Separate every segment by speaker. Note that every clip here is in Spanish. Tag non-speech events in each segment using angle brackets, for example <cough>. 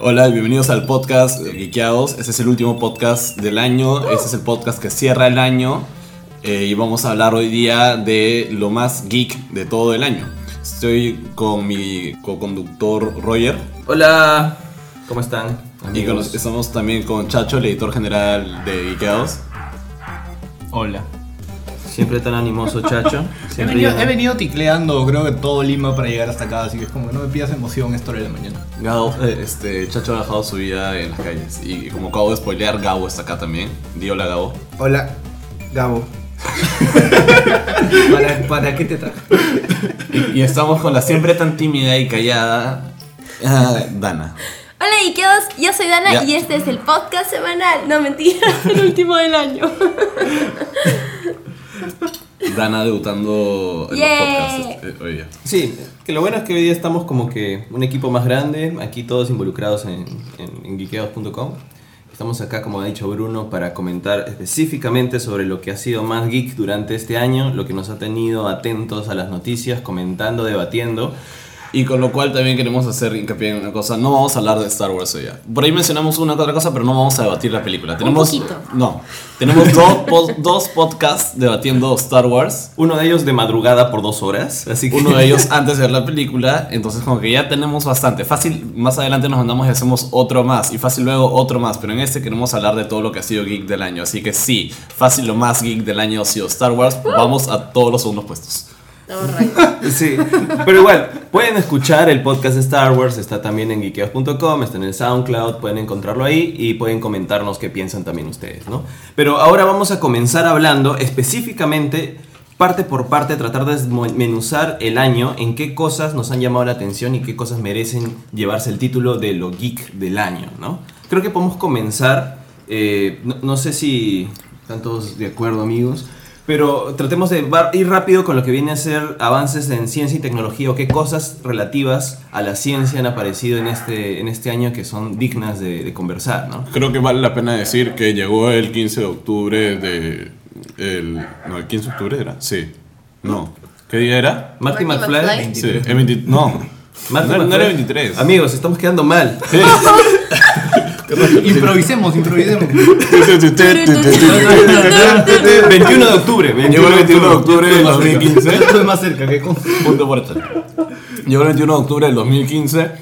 Speaker 1: Hola, bienvenidos al podcast eh, Geekeados. Este es el último podcast del año. Este es el podcast que cierra el año. Eh, y vamos a hablar hoy día de lo más geek de todo el año. Estoy con mi co-conductor Roger.
Speaker 2: Hola, ¿cómo están?
Speaker 1: Y con-
Speaker 2: amigos?
Speaker 1: estamos también con Chacho, el editor general de Geekeados.
Speaker 3: Hola.
Speaker 2: Siempre tan animoso, <laughs> chacho.
Speaker 3: He
Speaker 2: Siempre
Speaker 3: venido, he
Speaker 2: lleno.
Speaker 3: venido ticleando, creo que todo Lima para llegar hasta acá, así que es como que no me pidas emoción esta hora de la mañana.
Speaker 1: Gao, eh, <laughs> este, Chacho ha dejado su vida en las calles. Y como acabo de spoilear, Gabo está acá también. Di hola, Gabo.
Speaker 4: Hola, Gabo.
Speaker 3: ¿Para, qué te traje?
Speaker 1: Y, y estamos con la siempre tan tímida y callada ah, Dana.
Speaker 5: Hola Ikeos, yo soy Dana
Speaker 1: Ya.
Speaker 5: y este es el podcast semanal. No mentira, <laughs> el último del año.
Speaker 1: Dana debutando en
Speaker 5: Yay.
Speaker 1: los podcasts eh, hoy día.
Speaker 2: Sí, que lo bueno es que hoy día estamos como que un equipo más grande, aquí todos involucrados en, en, en geekeados.com. Estamos acá, como ha dicho Bruno, para comentar específicamente sobre lo que ha sido más geek durante este año, lo que nos ha tenido atentos a las noticias, comentando, debatiendo.
Speaker 1: Y con lo cual también queremos hacer hincapié en una cosa. No vamos a hablar de Star Wars hoy día. Por ahí mencionamos una que otra cosa, pero no vamos a debatir la película. Tenemos,
Speaker 5: poquito.
Speaker 1: No. Tenemos dos, po- dos podcasts debatiendo Star Wars.
Speaker 2: Uno de ellos de madrugada por dos horas, así que
Speaker 1: Uno de ellos antes de ver la película. Entonces como que ya tenemos bastante. Fácil, más adelante nos mandamos y hacemos otro más. Y fácil luego otro más. Pero en este queremos hablar de todo lo que ha sido geek del año. Así que sí, fácil lo más geek del año ha sido Star Wars. Vamos a todos los segundos puestos.
Speaker 2: <laughs> Sí, pero igual, pueden escuchar el podcast de Star Wars, está también en geekeos.com, está en el SoundCloud, pueden encontrarlo ahí y pueden comentarnos qué piensan también ustedes, ¿no? Pero ahora vamos a comenzar hablando específicamente, parte por parte, tratar de desmenuzar el año, en qué cosas nos han llamado la atención y qué cosas merecen llevarse el título de lo geek del año, ¿no? Creo que podemos comenzar, eh, no, no sé si están todos de acuerdo, amigos. Pero tratemos de va- ir rápido con lo que viene a ser avances en ciencia y tecnología o qué cosas relativas a la ciencia han aparecido en este, en este año que son dignas de, de conversar, ¿no?
Speaker 6: Creo que vale la pena decir que llegó el 15 de octubre de... El, no, el 15 de octubre era. Sí. No. ¿Qué día era?
Speaker 2: Marty
Speaker 5: Marty
Speaker 2: McFly.
Speaker 5: McFly.
Speaker 6: Sí, el 20 no.
Speaker 2: Marty
Speaker 6: No era- no era
Speaker 2: McFly.
Speaker 6: 23.
Speaker 2: Amigos, estamos
Speaker 6: <laughs>
Speaker 2: quedando mal.
Speaker 4: <laughs>
Speaker 3: improvisemos, <laughs> improvisemos.
Speaker 2: 21 de octubre.
Speaker 6: Llegó
Speaker 2: 21
Speaker 6: el 21 de octubre del
Speaker 3: Más cerca.
Speaker 6: 2015.
Speaker 3: Estuve más cerca que con.
Speaker 6: Punto por esta. Llegó el 21 de octubre del 2015.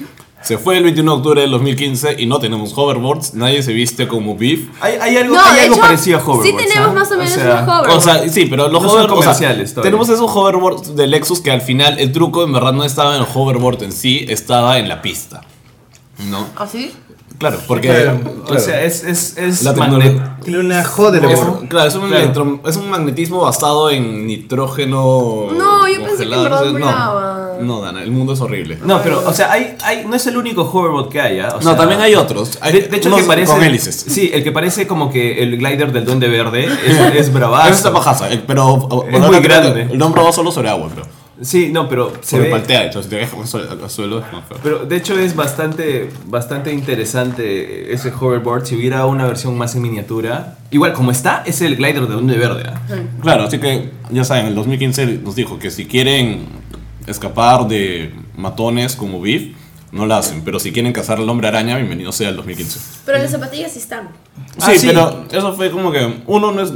Speaker 6: Se fue el 21 de octubre del 2015 y no tenemos hoverboards. Nadie se viste como beef.
Speaker 2: Hay, hay algo,
Speaker 5: No,
Speaker 2: hay
Speaker 5: de
Speaker 2: algo
Speaker 5: hecho,
Speaker 2: parecido a ¿ah? Hoverboard.
Speaker 5: sí tenemos más o menos un hoverboard.
Speaker 6: O sea, sí, pero los
Speaker 2: No son
Speaker 6: hoverboards.
Speaker 2: comerciales todavía.
Speaker 6: tenemos esos hoverboards de Lexus que al final el truco en verdad no estaba en el hoverboard en sí, estaba en la pista. ¿No?
Speaker 5: ¿Así?
Speaker 6: Claro, porque.
Speaker 2: O sea, es, es, es
Speaker 6: La
Speaker 2: magnet-
Speaker 6: tecnología.
Speaker 4: Una joder,
Speaker 6: Es,
Speaker 4: amor.
Speaker 6: claro, es un,
Speaker 2: Claro.
Speaker 6: electro- es un magnetismo basado en nitrógeno.
Speaker 5: No, yo pensé que en
Speaker 6: congelado,
Speaker 5: verdad
Speaker 6: entonces,
Speaker 5: brava.
Speaker 6: no, no, Dana, el mundo es horrible. No,
Speaker 2: No, pero, o sea, hay, hay, no es el único hoverboard que hay, ¿ah? O sea,
Speaker 6: también hay otros. Hay
Speaker 2: De, de hecho, el
Speaker 6: unos
Speaker 2: que parece.
Speaker 6: Con hélices.
Speaker 2: Sí, el que parece como que el glider del Duende
Speaker 6: <laughs>
Speaker 2: Verde es, es bravazo.
Speaker 6: Es esta pajaza, eh, pero.
Speaker 2: Es muy grande.
Speaker 6: El hombre va solo sobre agua, creo.
Speaker 2: Sí, no, pero se
Speaker 6: Sobre
Speaker 2: ve.
Speaker 6: paltea, entonces te dejas con suelo, suelo es más feo.
Speaker 2: Pero de hecho es bastante, bastante interesante ese hoverboard. Si hubiera una versión más en miniatura, igual como está, es el glider del Duende Verde. ¿ah?
Speaker 6: Claro, así que ya saben, el 2015 nos dijo que si quieren escapar de matones como Beef, no la hacen. Pero si quieren cazar al hombre araña, bienvenido sea el 2015.
Speaker 5: Pero las zapatillas sí están.
Speaker 2: Ah,
Speaker 6: sí,
Speaker 2: sí.
Speaker 6: pero eso fue como que uno no es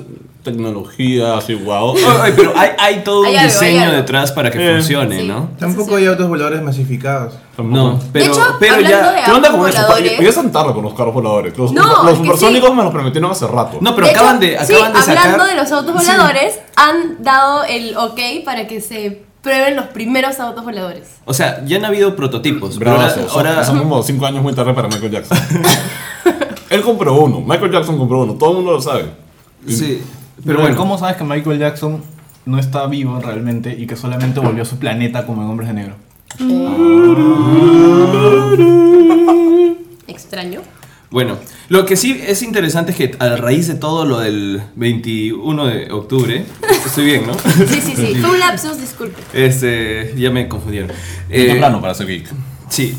Speaker 6: tecnología así guau.
Speaker 2: Oye, oye, pero hay, hay todo
Speaker 5: Hay
Speaker 2: un
Speaker 5: algo, hay
Speaker 2: diseño
Speaker 5: algo.
Speaker 2: detrás para que
Speaker 6: Eh.
Speaker 2: funcione,
Speaker 5: Sí.
Speaker 2: ¿no?
Speaker 4: Tampoco hay autos voladores masificados.
Speaker 2: No, pero,
Speaker 5: hecho,
Speaker 2: pero
Speaker 5: hablando
Speaker 2: ya.
Speaker 5: de-
Speaker 6: ¿Qué onda con eso? Pa-
Speaker 5: Voladores.
Speaker 6: Ya están tarde con los carros voladores. Los,
Speaker 5: No,
Speaker 6: los
Speaker 5: es que
Speaker 6: supersónicos
Speaker 5: sí.
Speaker 6: me los prometieron hace rato.
Speaker 2: No, pero
Speaker 5: De
Speaker 2: acaban
Speaker 5: hecho,
Speaker 2: de,
Speaker 5: sí,
Speaker 2: acaban de sacar.
Speaker 5: hablando de los autos voladores, han dado el ok para que se prueben los primeros autos voladores.
Speaker 2: O sea, ya han habido prototipos. pero
Speaker 6: Bravazo. son-
Speaker 2: Pues, ahora, ahora
Speaker 6: son como 5 años muy tarde para Michael Jackson. Él compró uno. Michael Jackson compró uno. Todo el mundo lo sabe.
Speaker 2: Sí,
Speaker 3: Pero bueno, ¿cómo sabes que Michael Jackson no está vivo realmente y que solamente volvió a su planeta como en Hombres de Negro?
Speaker 5: Extraño.
Speaker 2: Bueno, lo que sí es interesante es que a raíz de todo lo del 21 de octubre, <laughs> estoy bien, ¿no?
Speaker 5: Sí, sí, sí. Fue un lapsus, disculpe.
Speaker 2: Este, ya me confundieron.
Speaker 6: Está
Speaker 2: Eh,
Speaker 6: plano para ser geek.
Speaker 2: sí,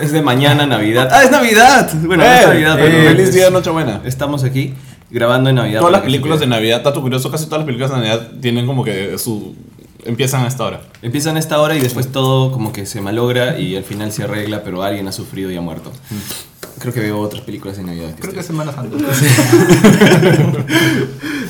Speaker 2: es de mañana Navidad. ¡Ah, es Navidad! Bueno, no
Speaker 6: Eh,
Speaker 2: es Navidad, pero
Speaker 6: eh,
Speaker 2: no
Speaker 6: feliz
Speaker 2: es-
Speaker 6: día de Nochebuena.
Speaker 2: Estamos aquí grabando en Navidad.
Speaker 6: Todas
Speaker 2: para
Speaker 6: las
Speaker 2: que se
Speaker 6: películas de
Speaker 2: quede.
Speaker 6: Navidad, dato curioso, casi todas las películas de Navidad tienen como que su Empiezan a esta hora.
Speaker 2: Empiezan a esta hora y después todo como que se malogra y al final se arregla, pero alguien ha sufrido y ha muerto.
Speaker 6: Mm.
Speaker 2: Creo que veo otras películas en Navidad.
Speaker 3: Creo que es
Speaker 2: estoy-
Speaker 3: Semana Santa.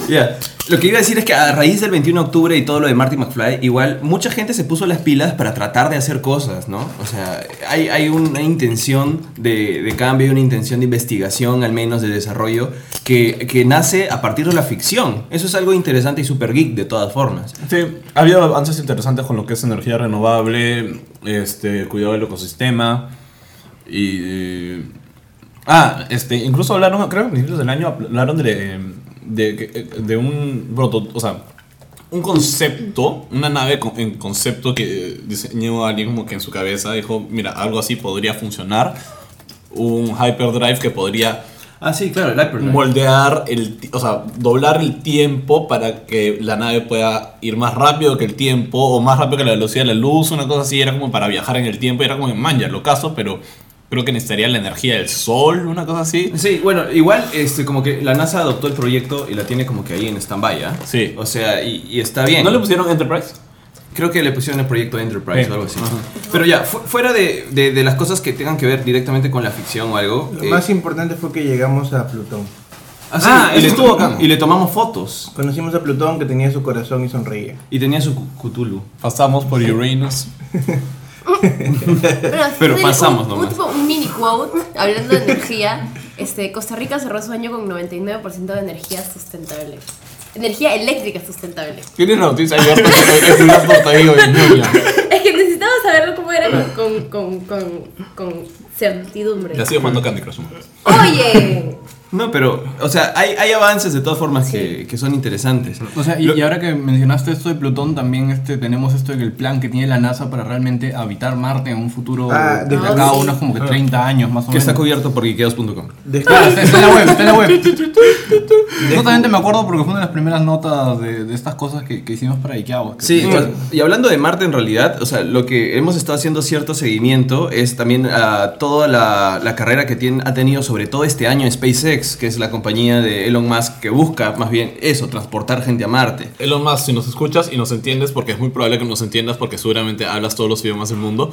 Speaker 2: Ya, lo que iba a decir es que a raíz del 21 de octubre y todo lo de Marty McFly, igual mucha gente se puso las pilas para tratar de hacer cosas, ¿no? O sea, hay, hay una intención de, de cambio, hay una intención de investigación, al menos de desarrollo, que, que nace a partir de la ficción. Eso es algo interesante y super geek de todas formas.
Speaker 6: Sí, había avances interesantes con lo que es energía renovable, este, cuidado del ecosistema y... eh, ah, este, incluso hablaron, creo que a principios del año hablaron de, de, que- de un prototipo, o sea, un concepto, una nave con- en concepto que diseñó alguien como que en su cabeza dijo, mira, algo así podría funcionar, un hyperdrive que podría
Speaker 2: Ah, sí, claro, el
Speaker 6: moldear el, ti- o sea, doblar el tiempo para que la nave pueda ir más rápido que el tiempo o más rápido que la velocidad de la luz, una cosa así, era como para viajar en el tiempo, era como en manja, lo caso, pero creo que necesitaría la energía del sol, una cosa así.
Speaker 2: Sí, bueno, igual este, como que la NASA adoptó el proyecto y la tiene como que ahí en stand-by, ¿ah?
Speaker 6: Sí.
Speaker 2: O sea, y, y está bien.
Speaker 6: ¿No le pusieron Enterprise?
Speaker 2: Creo que le pusieron el proyecto Enterprise
Speaker 6: Sí.
Speaker 2: o algo así. Pero ya, fu- fuera de, de- de las cosas que tengan que ver directamente con la ficción o algo.
Speaker 4: Lo
Speaker 2: eh,
Speaker 4: más importante fue que llegamos a Plutón.
Speaker 2: ah, sí,
Speaker 6: Ah,
Speaker 2: y, le
Speaker 6: eso estuvo acá.
Speaker 2: y le tomamos fotos.
Speaker 4: Conocimos a Plutón que tenía su corazón y sonreía.
Speaker 2: Y tenía su cu- Cthulhu.
Speaker 6: Pasamos por Uranus.
Speaker 5: Bueno, así
Speaker 2: Pero
Speaker 5: de-
Speaker 2: pasamos
Speaker 5: un,
Speaker 2: nomás.
Speaker 5: un tipo- un mini quote hablando de energía. Este, Costa Rica cerró su año con 99% de energía sustentable. Energía eléctrica sustentable.
Speaker 6: ¿Tienes la noticia abierta? Es un laptop ahí hoy en día.
Speaker 5: Es que necesitaba saberlo cómo era con, con, con, con, con certidumbre.
Speaker 6: Ya sigo jugando Candy Crush. ¿no?
Speaker 5: Oye,
Speaker 2: No, pero, o sea, hay, hay avances de todas formas que, que son interesantes.
Speaker 3: O sea, y,
Speaker 2: Lo-
Speaker 3: y ahora que mencionaste esto de Plutón, también este, tenemos esto de que el plan que tiene la NASA para realmente habitar Marte en un futuro
Speaker 4: Ah,
Speaker 3: de
Speaker 4: de-
Speaker 3: acá a
Speaker 5: sí.
Speaker 3: unos como que 30 años más o
Speaker 2: Que
Speaker 3: menos.
Speaker 2: está cubierto por Ikeos.com.
Speaker 3: <laughs> Claro,
Speaker 4: Después,
Speaker 3: está, está en la web, está en la web.
Speaker 2: <laughs>
Speaker 3: Justamente me acuerdo porque fue una de las primeras notas de, de estas cosas que, que hicimos para Ikea. pues, que-
Speaker 2: Sí, y hablando de Marte en realidad, o sea, lo que hemos estado haciendo cierto seguimiento es también a toda la, la carrera que tiene, ha tenido sobre todo este año SpaceX, que es la compañía de Elon Musk que busca más bien eso, transportar gente a Marte.
Speaker 6: Elon Musk, si nos escuchas y nos entiendes, porque es muy probable que nos entiendas, porque seguramente hablas todos los idiomas del mundo,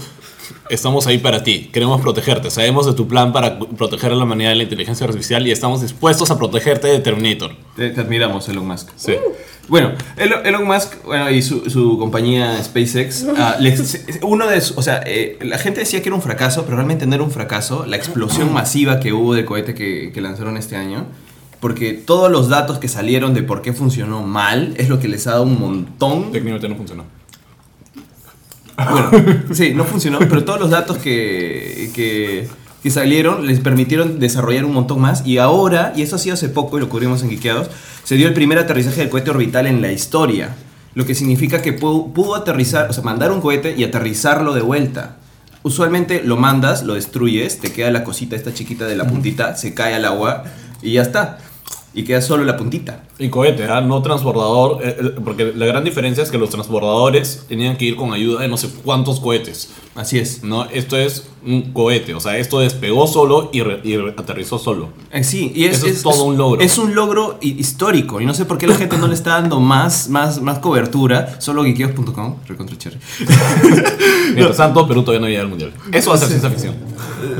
Speaker 6: estamos ahí para ti. Queremos protegerte. Sabemos de tu plan para cu- proteger a la humanidad de la inteligencia artificial y estamos dispuestos a protegerte de Terminator.
Speaker 2: Te, te admiramos, Elon Musk.
Speaker 6: Sí.
Speaker 2: Bueno, Elo- Elon Musk bueno, y su, su compañía SpaceX, ah, les- uno de sus- o sea, eh, la gente decía que era un fracaso, pero realmente no era un fracaso, la explosión masiva que hubo del cohete que, que lanzaron este año, porque todos los datos que salieron de por qué funcionó mal es lo que les ha dado un montón
Speaker 6: Técnicamente no funcionó.
Speaker 2: bueno, sí, no funcionó, pero todos los datos que, que, que salieron les permitieron desarrollar un montón más. Y ahora, y eso ha sido hace poco y lo cubrimos en Geekeados, se dio el primer aterrizaje del cohete orbital en la historia. Lo que significa que pudo, pudo aterrizar, o sea, mandar un cohete y aterrizarlo de vuelta. Usualmente lo mandas, lo destruyes, te queda la cosita esta chiquita de la puntita, se cae al agua y ya está. Y queda solo la puntita.
Speaker 6: Y cohete, ¿ah? no transbordador, eh, eh, porque la gran diferencia es que los transbordadores tenían que ir con ayuda de no sé cuántos cohetes.
Speaker 2: Así es.
Speaker 6: No, esto es un cohete, o sea, esto despegó solo y, re- y re- aterrizó solo.
Speaker 2: Eh, sí, y es,
Speaker 6: Eso es todo un logro.
Speaker 2: Es un logro hi- histórico. Y no sé por qué la gente no le está dando más, más, más cobertura. Solo geekeos.com, recontra cherry.
Speaker 6: Ah, Mientras tanto, Perú todavía no llega al mundial. Eso va a ser ciencia ficción.
Speaker 2: Eh,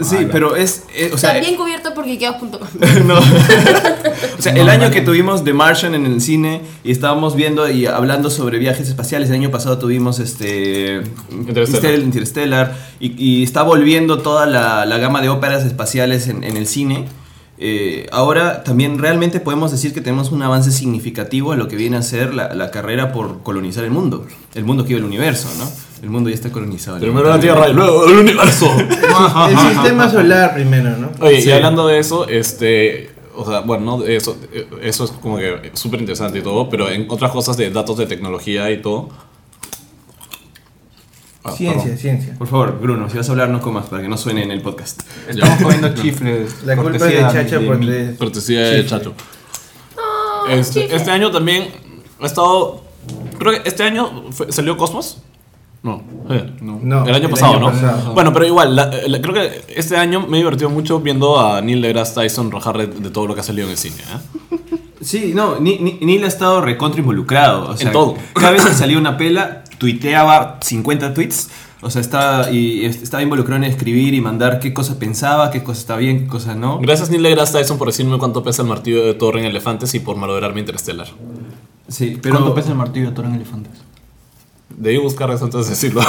Speaker 2: Sí, pero es. eh, o sea,
Speaker 5: también cubierto por Ikeaos.com.
Speaker 6: <laughs>
Speaker 2: no. <laughs> o sea, el año que tuvimos The Martian en el cine y estábamos viendo y hablando sobre viajes espaciales. El año pasado tuvimos este.
Speaker 6: Interstellar.
Speaker 2: Inter- Interstellar. y, y está volviendo toda la, la gama de óperas espaciales en, en el cine. Eh, ahora también realmente podemos decir que tenemos un avance significativo a lo que viene a ser la, la carrera por colonizar el mundo. El mundo que iba el universo, ¿no? El mundo ya está colonizado.
Speaker 6: Primero la Tierra y luego el universo.
Speaker 4: el sistema solar primero, ¿no?
Speaker 6: <laughs> Oye,
Speaker 2: Sí.
Speaker 6: y hablando de eso, este. O sea, bueno, no, de eso, eh, eso es como que súper interesante y todo, pero en otras cosas de datos de tecnología y todo. Ah,
Speaker 4: Ciencia,
Speaker 6: perdón.
Speaker 4: ciencia.
Speaker 2: Por favor, Bruno, si vas a hablar no comas para que no suene en el podcast.
Speaker 3: Estamos comiendo chifles.
Speaker 4: La culpa es de
Speaker 3: cortesía
Speaker 4: Chacha
Speaker 3: de
Speaker 4: por
Speaker 3: mí.
Speaker 6: <laughs>
Speaker 4: tres.
Speaker 6: Cortesía de Chacho. Este,
Speaker 5: chifle.
Speaker 6: este año también ha estado. Creo que este año fue- salió Cosmos. No, eh,
Speaker 4: No,
Speaker 6: el año
Speaker 4: el
Speaker 6: pasado,
Speaker 4: año
Speaker 6: ¿no?
Speaker 4: pasado.
Speaker 6: Bueno, pero igual, la- la- creo que este año me he divertido mucho viendo a Neil deGrasse Tyson rajar de, de todo lo que ha salido en el cine. ¿eh?
Speaker 2: Sí, no, Ni- Ni- Neil ha estado recontra involucrado. O sea,
Speaker 6: todo.
Speaker 2: Cada vez que salía una pela, tuiteaba 50 tweets. O sea, estaba, y est- estaba involucrado en escribir y mandar qué cosa pensaba, qué cosa está bien, qué cosa no.
Speaker 1: Gracias Neil deGrasse Tyson por decirme cuánto pesa el martillo de Thor en elefantes y por malograrme Interstellar.
Speaker 2: Sí, pero.
Speaker 3: ¿Cuánto pesa el martillo de Thor en elefantes?
Speaker 1: Debí buscar eso antes de decirlo.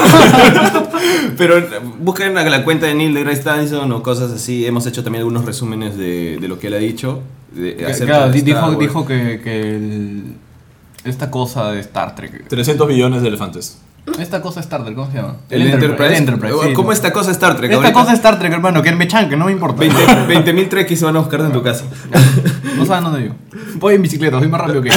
Speaker 1: <laughs>
Speaker 2: Pero eh, busquen la, la cuenta de Neil deGrasse Tyson o cosas así. Hemos hecho también algunos resúmenes de, de lo que él ha dicho. de- acerca
Speaker 3: Claro,
Speaker 2: de
Speaker 3: di-
Speaker 2: Star
Speaker 3: dijo,
Speaker 2: Wars.
Speaker 3: dijo que, que el- esta cosa de Star Trek.
Speaker 1: 300 billones de elefantes.
Speaker 3: Esta cosa de Star Trek, ¿cómo se llama?
Speaker 2: El, Enterprise. Oh,
Speaker 3: El Enterprise, sí,
Speaker 2: ¿Cómo
Speaker 3: no.
Speaker 2: esta cosa Star Trek?
Speaker 3: Esta
Speaker 2: ahorita?
Speaker 3: cosa de Star Trek, hermano, que me chan, que no me importa.
Speaker 2: 20 20.000 Trek se van a buscar en tu
Speaker 3: <laughs>
Speaker 2: casa.
Speaker 3: No saben dónde vivo. Voy en bicicleta, soy más rápido que él.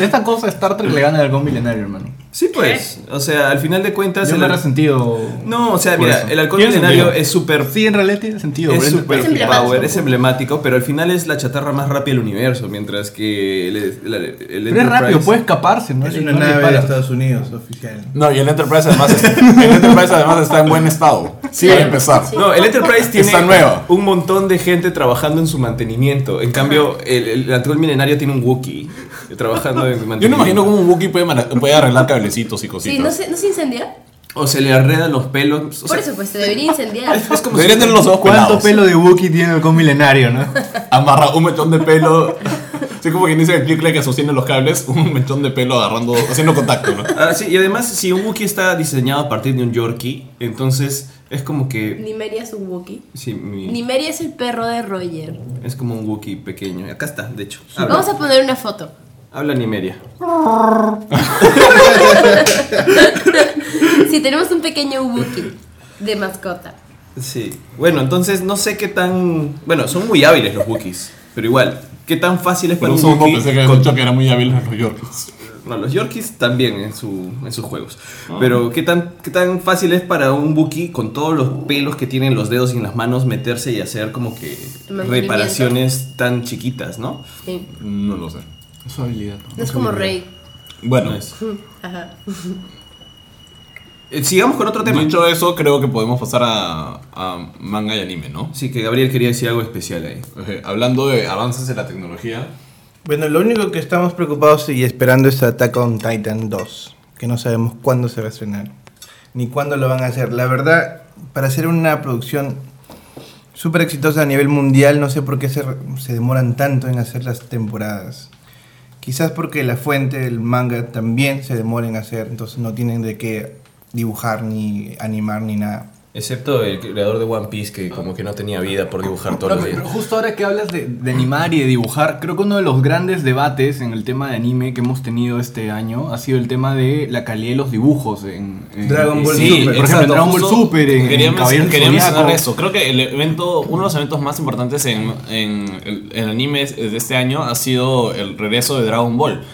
Speaker 3: Esta cosa de Star Trek le gana al halcón milenario, hermano.
Speaker 2: Sí, pues. O sea, al final de cuentas.
Speaker 3: Yo
Speaker 2: el
Speaker 3: me he
Speaker 2: al-
Speaker 3: resentido.
Speaker 2: No, o sea,
Speaker 3: por
Speaker 2: mira,
Speaker 3: eso.
Speaker 2: el alcohol
Speaker 3: Tiene
Speaker 2: milenario
Speaker 3: sentido.
Speaker 2: es súper.
Speaker 3: Sí, en realidad tiene sentido.
Speaker 2: Es
Speaker 3: pero
Speaker 2: super
Speaker 5: Es emblemático.
Speaker 2: power, es emblemático, pero al final es la chatarra más rápida del universo, mientras que el, el- el
Speaker 3: Pero es
Speaker 2: Enterprise-
Speaker 3: rápido, puede escaparse, ¿no?
Speaker 4: Es
Speaker 3: Le-
Speaker 4: una
Speaker 3: no le
Speaker 4: nave de
Speaker 3: paras.
Speaker 4: Estados Unidos oficial.
Speaker 6: No, y el Enterprise además, es- el Enterprise además está en buen estado. Sí, para empezar.
Speaker 5: Sí.
Speaker 2: No, el Enterprise tiene
Speaker 6: Está nueva.
Speaker 2: un montón de gente trabajando en su mantenimiento. En cambio, el, el alcohol milenario tiene un Wookiee eh, trabajando en su mantenimiento.
Speaker 6: Yo no imagino cómo un Wookiee puede, mara- puede arreglar cablecitos y cositas.
Speaker 5: Sí, ¿no se, ¿no se incendia?
Speaker 2: O se le arredan los pelos. o
Speaker 5: Por
Speaker 2: sea,
Speaker 5: eso, pues, se debería incendiar.
Speaker 2: es como
Speaker 6: Deberían
Speaker 2: si-
Speaker 6: tener los ojos
Speaker 3: ¿Cuánto
Speaker 6: pelados.
Speaker 3: pelo de Wookiee tiene el halcón milenario, no?
Speaker 6: Amarra un mechón de pelo.
Speaker 1: Así como quien dice el clic que sostiene los cables, un mechón de pelo agarrando, haciendo contacto, ¿no?
Speaker 2: Ah, sí, y además, si un Wookiee está diseñado a partir de un Yorkie, entonces es como que.
Speaker 5: Nimeria es un Wookiee.
Speaker 2: Sí, mi-
Speaker 5: Nimeria es el perro de Roger.
Speaker 2: es como un Wookiee pequeño. Acá está, de hecho.
Speaker 5: Vamos
Speaker 2: Habla,
Speaker 5: a poner una foto.
Speaker 2: habla Nimeria.
Speaker 5: Sí, tenemos un pequeño Wookiee de mascota.
Speaker 2: Sí. Bueno, entonces no sé qué tan. Bueno, son muy hábiles los Wookiees, pero igual. ¿Qué tan fácil es
Speaker 1: Por
Speaker 2: para
Speaker 1: un
Speaker 2: un
Speaker 1: segundo
Speaker 2: Wookiee
Speaker 1: pensé que había dicho que era muy hábil en los Yorkies.
Speaker 2: No, los Yorkies también en, su, en sus juegos.
Speaker 1: Ah.
Speaker 2: Pero ¿qué tan, qué tan fácil es para un Buki con todos los pelos que tienen los dedos y en las manos meterse y hacer como que
Speaker 5: Mantenimiento.
Speaker 2: reparaciones tan chiquitas, ¿no?
Speaker 5: Sí.
Speaker 1: No lo sé.
Speaker 3: Es su habilidad.
Speaker 5: No es como Rey.
Speaker 1: Bueno,
Speaker 5: Ajá.
Speaker 2: Eh, sigamos con otro tema.
Speaker 1: dicho eso, creo que podemos pasar a, a manga y anime, ¿no?
Speaker 2: Sí, que Gabriel quería decir algo especial ahí.
Speaker 1: Eh, hablando de avances en la tecnología,
Speaker 4: Bueno, lo único que estamos preocupados y esperando es Attack on Titan 2, que no sabemos cuándo se va a estrenar, ni cuándo lo van a hacer. La verdad, para hacer una producción súper exitosa a nivel mundial, no sé por qué se, re- se demoran tanto en hacer las temporadas. Quizás porque la fuente del manga también se demora en hacer, entonces no tienen de qué dibujar, ni animar, ni nada.
Speaker 2: Excepto el creador de One Piece que como que no tenía vida por dibujar todos
Speaker 1: <laughs>
Speaker 3: Pero, pero justo ahora que hablas de, de animar y de dibujar, creo que uno de los grandes debates en el tema de anime que hemos tenido este año ha sido el tema de la calidad de los dibujos en, en-
Speaker 4: Dragon Ball
Speaker 3: sí,
Speaker 4: Super.
Speaker 3: Por ejemplo, en
Speaker 1: exacto,
Speaker 3: Dragon Ball
Speaker 1: justo
Speaker 3: Super, en,
Speaker 1: quería
Speaker 3: en
Speaker 1: menc-
Speaker 3: Caballeros del
Speaker 1: quería mencionar
Speaker 3: Zodiaco.
Speaker 1: eso. Creo que el evento, uno de los eventos más importantes en, en mm, el, en anime de este año ha sido el regreso de Dragon Ball.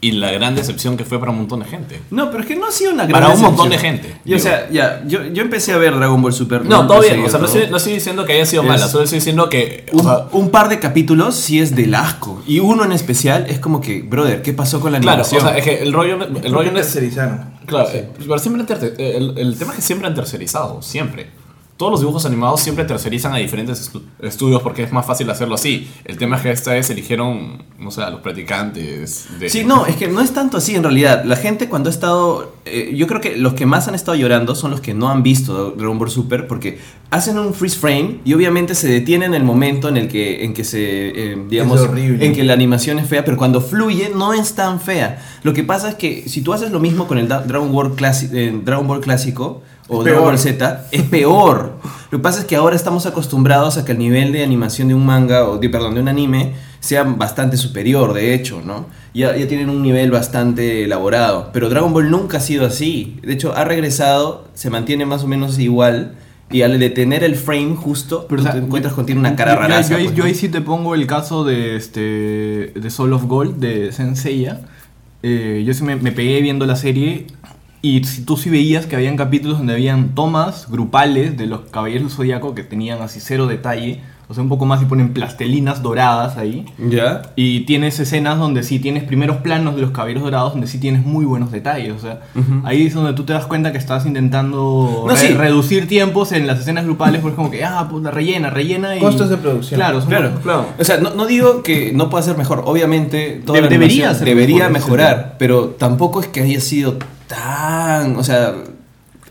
Speaker 1: Y la gran decepción que fue para un montón de gente.
Speaker 2: No, pero es que no ha sido una gran
Speaker 1: Para un
Speaker 2: decepción.
Speaker 1: montón de gente,
Speaker 2: Y, o
Speaker 1: digo.
Speaker 2: sea, ya, yo, yo empecé a ver Dragon Ball Super.
Speaker 1: No,
Speaker 2: lo
Speaker 1: todo bien.
Speaker 2: seguí
Speaker 1: O sea, no
Speaker 2: todo.
Speaker 1: estoy, no estoy diciendo que haya sido
Speaker 2: Es-
Speaker 1: mala, solo estoy diciendo que. o
Speaker 2: Un,
Speaker 1: sea,
Speaker 2: un par de capítulos sí es del asco. Y uno en especial es como que, brother, ¿qué pasó con la
Speaker 1: claro, o
Speaker 2: animación?
Speaker 1: sea, es que el rollo, el rollo no es.
Speaker 4: tercerizaron.
Speaker 1: Claro, eh,
Speaker 6: pues,
Speaker 1: pero siempre han terce- eh, el, el tema es que siempre han tercerizado, siempre. Todos los dibujos animados siempre tercerizan a diferentes estu- estudios porque es más fácil hacerlo así. El tema es que esta vez eligieron, no sé, a los practicantes. De,
Speaker 2: Sí, no, es que no es tanto así en realidad. La gente cuando ha estado... eh, yo creo que los que más han estado llorando son los que no han visto Dragon Ball Super porque hacen un freeze frame y obviamente se detienen en el momento en el que, en que se... eh, digamos,
Speaker 4: horrible.
Speaker 2: En que la animación es fea, pero cuando fluye no es tan fea. Lo que pasa es que si tú haces lo mismo con el Da- Dragon Ball, clasi- eh, Dragon Ball clásico o
Speaker 4: Es
Speaker 2: Dragon
Speaker 4: peor.
Speaker 2: Ball Z, es peor. Lo que pasa es que ahora estamos acostumbrados a que el nivel de animación de un manga, o de, perdón, de un anime, sea bastante superior, de hecho, ¿no? Ya, ya tienen un nivel bastante elaborado. Pero Dragon Ball nunca ha sido así. De hecho, ha regresado, se mantiene más o menos igual. Y al detener el frame justo,
Speaker 3: Pero,
Speaker 2: tú
Speaker 3: o sea,
Speaker 2: te encuentras con tiene una cara pues,
Speaker 3: yo- yo-
Speaker 2: rara.
Speaker 3: Yo, ahí- yo ahí sí te pongo el caso de este de Soul of Gold de Senseiya. Eh, yo sí me, me pegué viendo la serie y si- tú sí veías que habían capítulos donde habían tomas grupales de los caballeros del zodiaco que tenían así cero detalle o sea, un poco más y ponen plastelinas doradas ahí.
Speaker 6: ¿Ya?
Speaker 3: Y tienes escenas donde sí tienes primeros planos de los caballeros dorados, donde sí tienes muy buenos detalles. O sea, ahí es donde tú te das cuenta que estás intentando
Speaker 2: No,
Speaker 3: re-
Speaker 2: sí.
Speaker 3: reducir tiempos en las escenas grupales, porque es como que, ah, puta, rellena, rellena. Y...
Speaker 4: Costos de producción.
Speaker 3: Claro, son-
Speaker 2: Claro, claro. O sea, no, no digo que no pueda ser mejor. Obviamente, toda la
Speaker 3: De- debería
Speaker 2: animación
Speaker 3: ser
Speaker 2: debería
Speaker 3: mejor,
Speaker 2: mejorar, pero tampoco es que haya sido tan. O sea,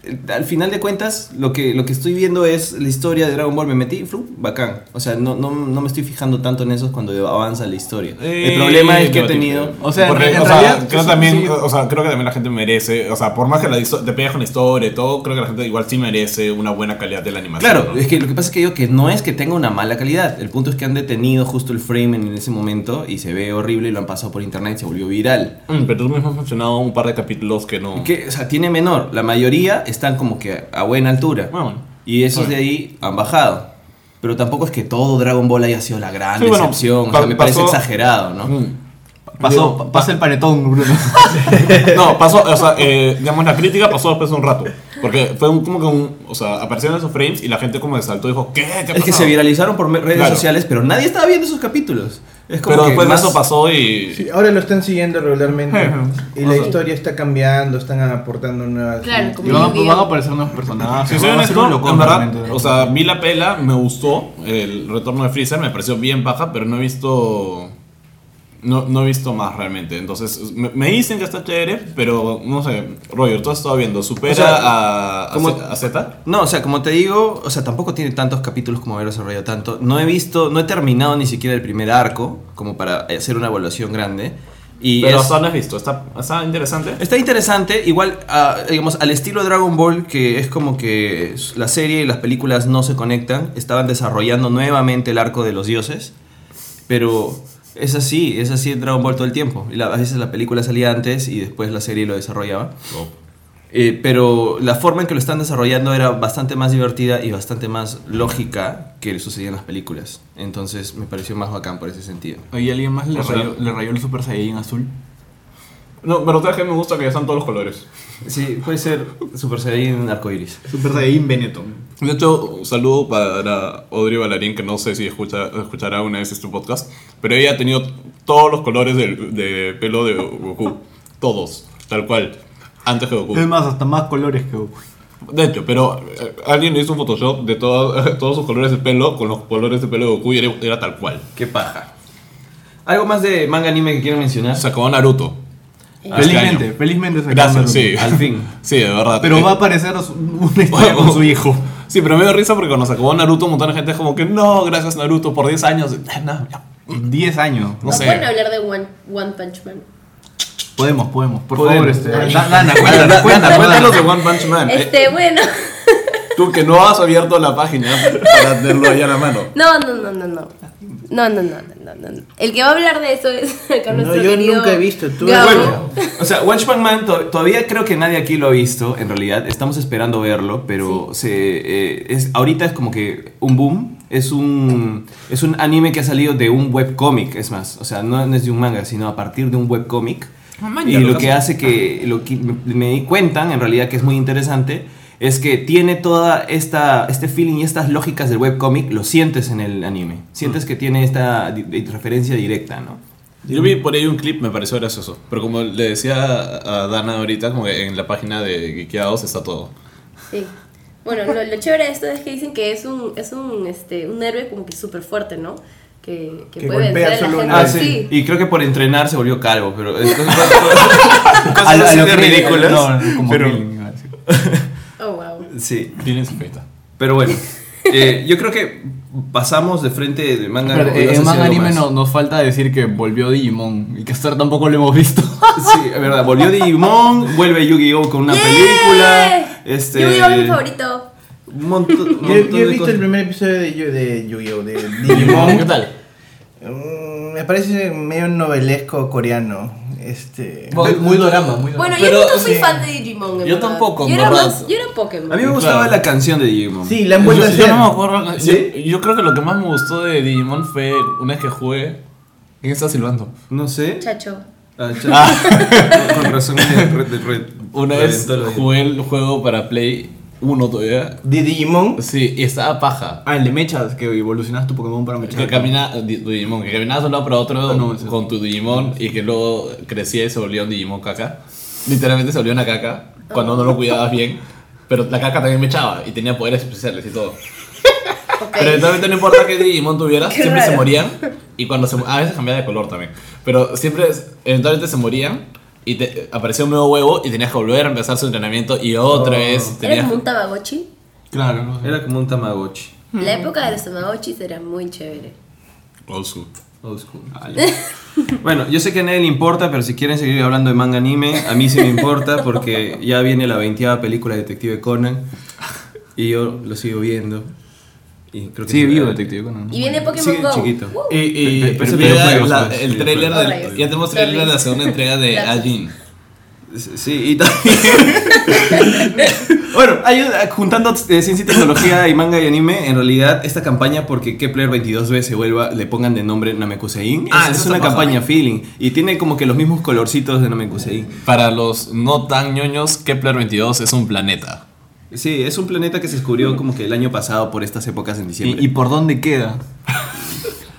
Speaker 2: eh, al final de cuentas, lo que, lo que estoy viendo es la historia de Dragon Ball. Me metí, flu, bacán. O sea, no, no, no me estoy fijando tanto en eso cuando avanza la historia.
Speaker 6: Eh,
Speaker 2: El problema es que he
Speaker 6: debatible.
Speaker 2: tenido.
Speaker 3: O sea,
Speaker 6: Porque,
Speaker 3: en
Speaker 6: o sea,
Speaker 3: realidad,
Speaker 6: creo
Speaker 3: sí,
Speaker 6: también,
Speaker 3: sí.
Speaker 6: o sea, creo que también la gente merece, o sea, por más que la histo- te pegues con la historia y todo, creo que la gente igual sí merece una buena calidad de la animación.
Speaker 2: Claro,
Speaker 6: ¿no?
Speaker 2: es que lo que pasa es que digo que no es que tenga una mala calidad. El punto es que han detenido justo el frame en ese momento y se ve horrible y lo han pasado por internet y se volvió viral.
Speaker 6: Mm, pero tú mismo has mencionado un par de capítulos que no.
Speaker 2: Que, o sea, tiene menor. La mayoría están como que a buena altura.
Speaker 6: Ah, bueno.
Speaker 2: Y esos de ahí han bajado. Pero tampoco es que todo Dragon Ball haya sido la gran
Speaker 6: Sí, bueno,
Speaker 2: decepción. o
Speaker 6: pa-
Speaker 2: sea, me parece
Speaker 6: pasó-
Speaker 2: exagerado, ¿no?
Speaker 6: Mm.
Speaker 3: pasó, pa- pasa el paretón, Bruno.
Speaker 6: No, pasó, o sea, eh, digamos, la crítica pasó después de un rato. Porque fue un- como que un. O sea, aparecieron esos frames y la gente como que saltó y dijo, ¿qué? ¿Qué ha
Speaker 2: Es que
Speaker 6: pasado?".
Speaker 2: se viralizaron por me- redes
Speaker 6: Claro.
Speaker 2: sociales, pero nadie estaba viendo esos capítulos. Es como
Speaker 6: Pero
Speaker 2: que
Speaker 6: después
Speaker 2: más-
Speaker 6: de eso pasó y.
Speaker 4: Sí, ahora lo están siguiendo regularmente.
Speaker 6: Ajá.
Speaker 4: y la historia está cambiando, están aportando nuevas.
Speaker 5: Claro,
Speaker 4: y-
Speaker 5: como-
Speaker 3: Y van, a-
Speaker 5: Yu-Gi-Oh.
Speaker 3: van a aparecer nuevos personajes.
Speaker 6: Si soy
Speaker 3: van a ser
Speaker 6: honesto,
Speaker 3: un locón
Speaker 6: en verdad,
Speaker 3: realmente.
Speaker 6: o sea, vi la pela, me gustó el retorno de Freezer, me pareció bien baja, pero no he visto. No, no he visto más realmente. Entonces, me, me dicen que está chévere, pero no sé. Roger, tú has estado viendo. ¿Supera
Speaker 2: O sea,
Speaker 6: a, a,
Speaker 2: como-
Speaker 6: Z- a Z?
Speaker 2: No, o sea, como te digo, o sea, tampoco tiene tantos capítulos como haber desarrollado tanto. No he visto, no he terminado ni siquiera el primer arco, como para hacer una evaluación grande. Y
Speaker 6: Pero
Speaker 2: es-
Speaker 6: hasta ahora no has visto. Está, está interesante.
Speaker 2: Está interesante, igual, ah, digamos, al estilo Dragon Ball, que es como que la serie y las películas no se conectan, estaban desarrollando nuevamente el arco de los dioses, pero es así, es así en Dragon Ball todo el tiempo. Y la- a veces la película salía antes y después la serie lo desarrollaba. Eh, pero la forma en que lo están desarrollando era bastante más divertida y bastante más lógica que sucedía en las películas. Entonces me pareció más bacán por ese sentido.
Speaker 3: Oye, ¿alguien más le,
Speaker 6: o sea-
Speaker 3: rayó, le rayó el Super Saiyajin azul?
Speaker 6: No, pero sabes que me gusta que ya están todos los colores.
Speaker 2: Sí, puede ser Super Saiyan arcoiris.
Speaker 3: Super Saiyajin Benetton.
Speaker 6: De hecho, un saludo para Audrey Valarín, que no sé si escucha, escuchará una vez este podcast, pero ella ha tenido todos los colores del- de, pelo de Goku. Todos, tal cual. Antes que Goku.
Speaker 3: Es más, hasta más colores que Goku.
Speaker 6: De hecho, pero eh, alguien hizo un Photoshop de todo- <laughs> todos sus colores de pelo con los colores de pelo de Goku y era, era tal cual.
Speaker 2: Qué paja. ¿Algo más de manga anime que quieran mencionar?
Speaker 6: Se acabó Naruto. Este
Speaker 3: felizmente,
Speaker 6: año.
Speaker 3: felizmente se
Speaker 6: Gracias,
Speaker 3: acaba
Speaker 6: sí.
Speaker 3: el-
Speaker 2: Al
Speaker 6: <laughs>
Speaker 2: fin.
Speaker 6: Sí, de verdad.
Speaker 3: Pero
Speaker 6: Eh, <laughs>
Speaker 3: va a aparecer su- <laughs> una historia con su hijo.
Speaker 6: Sí, pero me dio risa porque cuando se acabó Naruto, un montón de gente es como que no, gracias Naruto, por 10 años. <laughs> No, ya,
Speaker 3: 10 años.
Speaker 6: no sé.
Speaker 5: pueden hablar de One, One Punch Man.
Speaker 3: Podemos, podemos. Por
Speaker 2: Podemos.
Speaker 3: favor, este.
Speaker 5: Dale.
Speaker 3: Da- Dana, cuéntanos, cuéntanos,
Speaker 6: Cuéntanos de
Speaker 3: Dana.
Speaker 6: One Punch Man. Eh,
Speaker 5: Este, bueno.
Speaker 6: Tú que no has abierto la página para tenerlo ahí a la mano.
Speaker 5: No, no, no, no, no. No, no, no, no, no, no. El que va a hablar de eso es <laughs> acá
Speaker 4: No,
Speaker 5: nuestro
Speaker 4: yo
Speaker 5: querido
Speaker 4: nunca he visto, tú-
Speaker 5: Gabo.
Speaker 2: Bueno, o sea, Watchman Man to- todavía creo que nadie aquí lo ha visto, en realidad. Estamos esperando verlo, pero se, eh, es, ahorita es como que un boom. Es un, es un anime que ha salido de un webcómic, es más. O sea, no, no es de un manga, sino a partir de un webcómic. Y lo que hace que, lo que me, me di cuenta, en realidad, que es muy interesante, es que tiene toda esta este feeling y estas lógicas del webcómic, lo sientes en el anime. Sientes que tiene esta di- di- referencia directa, ¿no?
Speaker 6: Yo vi por ahí un clip, me pareció gracioso. Pero como le decía a a Dana ahorita, como que en la página de Geekeados está todo.
Speaker 5: Sí. Bueno, lo, lo chévere de esto es que dicen que es un, es un, este, un héroe como que súper fuerte, ¿no? Que, que
Speaker 4: Que
Speaker 5: puede vencer a
Speaker 4: golpea
Speaker 5: la
Speaker 4: solo
Speaker 5: gente.
Speaker 4: una
Speaker 2: Ah,
Speaker 4: vez.
Speaker 2: sí.
Speaker 5: sí.
Speaker 2: Y creo que por entrenar se volvió calvo, pero. <laughs> cosas
Speaker 3: A lo- a
Speaker 2: así
Speaker 3: lo
Speaker 2: de
Speaker 3: que-
Speaker 2: ridículas.
Speaker 3: No, como
Speaker 2: pero,
Speaker 3: Krillin, iba a decir.
Speaker 5: Oh, wow.
Speaker 2: sí.
Speaker 6: Tienen su feita.
Speaker 2: Pero
Speaker 5: <laughs>
Speaker 2: bueno, eh, yo creo que pasamos de frente de manga.
Speaker 3: Pero,
Speaker 2: ¿o
Speaker 3: eh,
Speaker 2: ibas a
Speaker 3: en
Speaker 2: decir
Speaker 3: manga
Speaker 2: algo
Speaker 3: anime
Speaker 2: más?
Speaker 3: no- nos falta decir que volvió Digimon y que hasta ahora tampoco lo
Speaker 2: <laughs>
Speaker 3: hemos visto.
Speaker 2: Sí, es verdad. Volvió Digimon, vuelve Yu-Gi-Oh! con una
Speaker 5: ¡Yeah!
Speaker 2: película. Este,
Speaker 5: Yo digo mi favorito.
Speaker 2: Un monto- un montón,
Speaker 4: Yo, yo he
Speaker 2: de
Speaker 4: visto
Speaker 2: cosas.
Speaker 4: el primer episodio de, Yu- de Yu-Gi-Oh! de Digimon.
Speaker 6: ¿Qué tal?
Speaker 4: Mm, me parece medio novelesco coreano. Este.
Speaker 3: Muy- muy dorama, muy dorama.
Speaker 5: Bueno,
Speaker 4: Pero,
Speaker 5: yo nunca fui
Speaker 4: sí.
Speaker 5: fan de Digimon. en
Speaker 6: Yo
Speaker 5: verdad.
Speaker 6: tampoco, en
Speaker 5: Yo era,
Speaker 6: verdad.
Speaker 5: más, yo era Pokémon.
Speaker 2: A mí me gustaba
Speaker 6: Claro.
Speaker 2: la canción de Digimon.
Speaker 4: Sí, la han
Speaker 6: Yo,
Speaker 4: vuelto a
Speaker 6: yo
Speaker 4: hacer.
Speaker 6: no me acuerdo.
Speaker 2: ¿Sí?
Speaker 6: Yo, yo creo que lo que más me gustó de Digimon fue una vez que jugué. ¿Quién está silbando?
Speaker 2: No sé.
Speaker 5: Chacho.
Speaker 2: Ah, cha- Con razón. me re- re-
Speaker 6: Una vez
Speaker 2: reventó el oído.
Speaker 6: jugué el juego para Play uno todavía.
Speaker 4: De Digimon.
Speaker 6: Sí, y estaba paja.
Speaker 3: Ah, el de mechas, que evolucionas tu Pokémon para mechas.
Speaker 6: Que camina, di- tu Digimon, que caminabas de un lado para otro
Speaker 3: Ah, no, ese-
Speaker 6: con tu Digimon y que luego crecía y se volvía un Digimon caca. Literalmente se volvió una caca cuando no lo cuidabas bien. Pero la caca también me echaba y tenía poderes especiales y todo.
Speaker 5: Ok.
Speaker 6: Pero eventualmente no importa qué Digimon tuvieras,
Speaker 5: Qué
Speaker 6: siempre se
Speaker 5: raro.
Speaker 6: morían. Y cuando se mu- a veces cambiaba de color también. Pero siempre, eventualmente se morían. Y te, aparecía un nuevo huevo y tenías que volver a empezar su entrenamiento y
Speaker 5: Oh.
Speaker 6: otra vez
Speaker 5: ¿Era
Speaker 6: tenías
Speaker 5: como un Tamagotchi?
Speaker 3: Claro, no sé.
Speaker 2: Era como un Tamagotchi.
Speaker 5: La época de los Tamagotchis era muy chévere.
Speaker 6: Old school.
Speaker 2: Old school. Ah, bueno, yo sé que a nadie le importa, pero si quieren seguir hablando de manga anime, a mí sí me importa porque ya viene la veinteava película de Detective Conan y yo lo sigo viendo. Y creo que
Speaker 3: Sí,
Speaker 2: es
Speaker 3: vivo
Speaker 2: verdad.
Speaker 3: detective Conan.
Speaker 5: Y viene Pokémon
Speaker 2: Sí,
Speaker 5: Go.
Speaker 2: chiquito.
Speaker 5: Uh,
Speaker 6: Y, y
Speaker 2: Pe- pe- pero
Speaker 6: llega
Speaker 2: videojuegos,
Speaker 6: la-
Speaker 2: pues,
Speaker 6: el trailer
Speaker 2: videojuegos.
Speaker 6: del-
Speaker 5: Alright.
Speaker 6: ya tenemos trailer de la segunda entrega de
Speaker 5: Gracias.
Speaker 6: Ajin.
Speaker 2: Sí, y también. <laughs>
Speaker 5: Uh,
Speaker 2: bueno, hay un- juntando eh, ciencia y tecnología y manga y anime, en realidad esta campaña porque Kepler 22b se vuelva, le pongan de nombre Namekusein,
Speaker 6: Ah,
Speaker 2: es- es,
Speaker 6: eso
Speaker 2: una
Speaker 6: está
Speaker 2: campaña feeling y tiene como que los mismos colorcitos de Namekusein.
Speaker 6: Para los no tan ñoños, Kepler 22 es un planeta.
Speaker 2: Sí, es un planeta que se descubrió como que el año pasado por estas épocas en diciembre.
Speaker 3: ¿Y, y por dónde queda?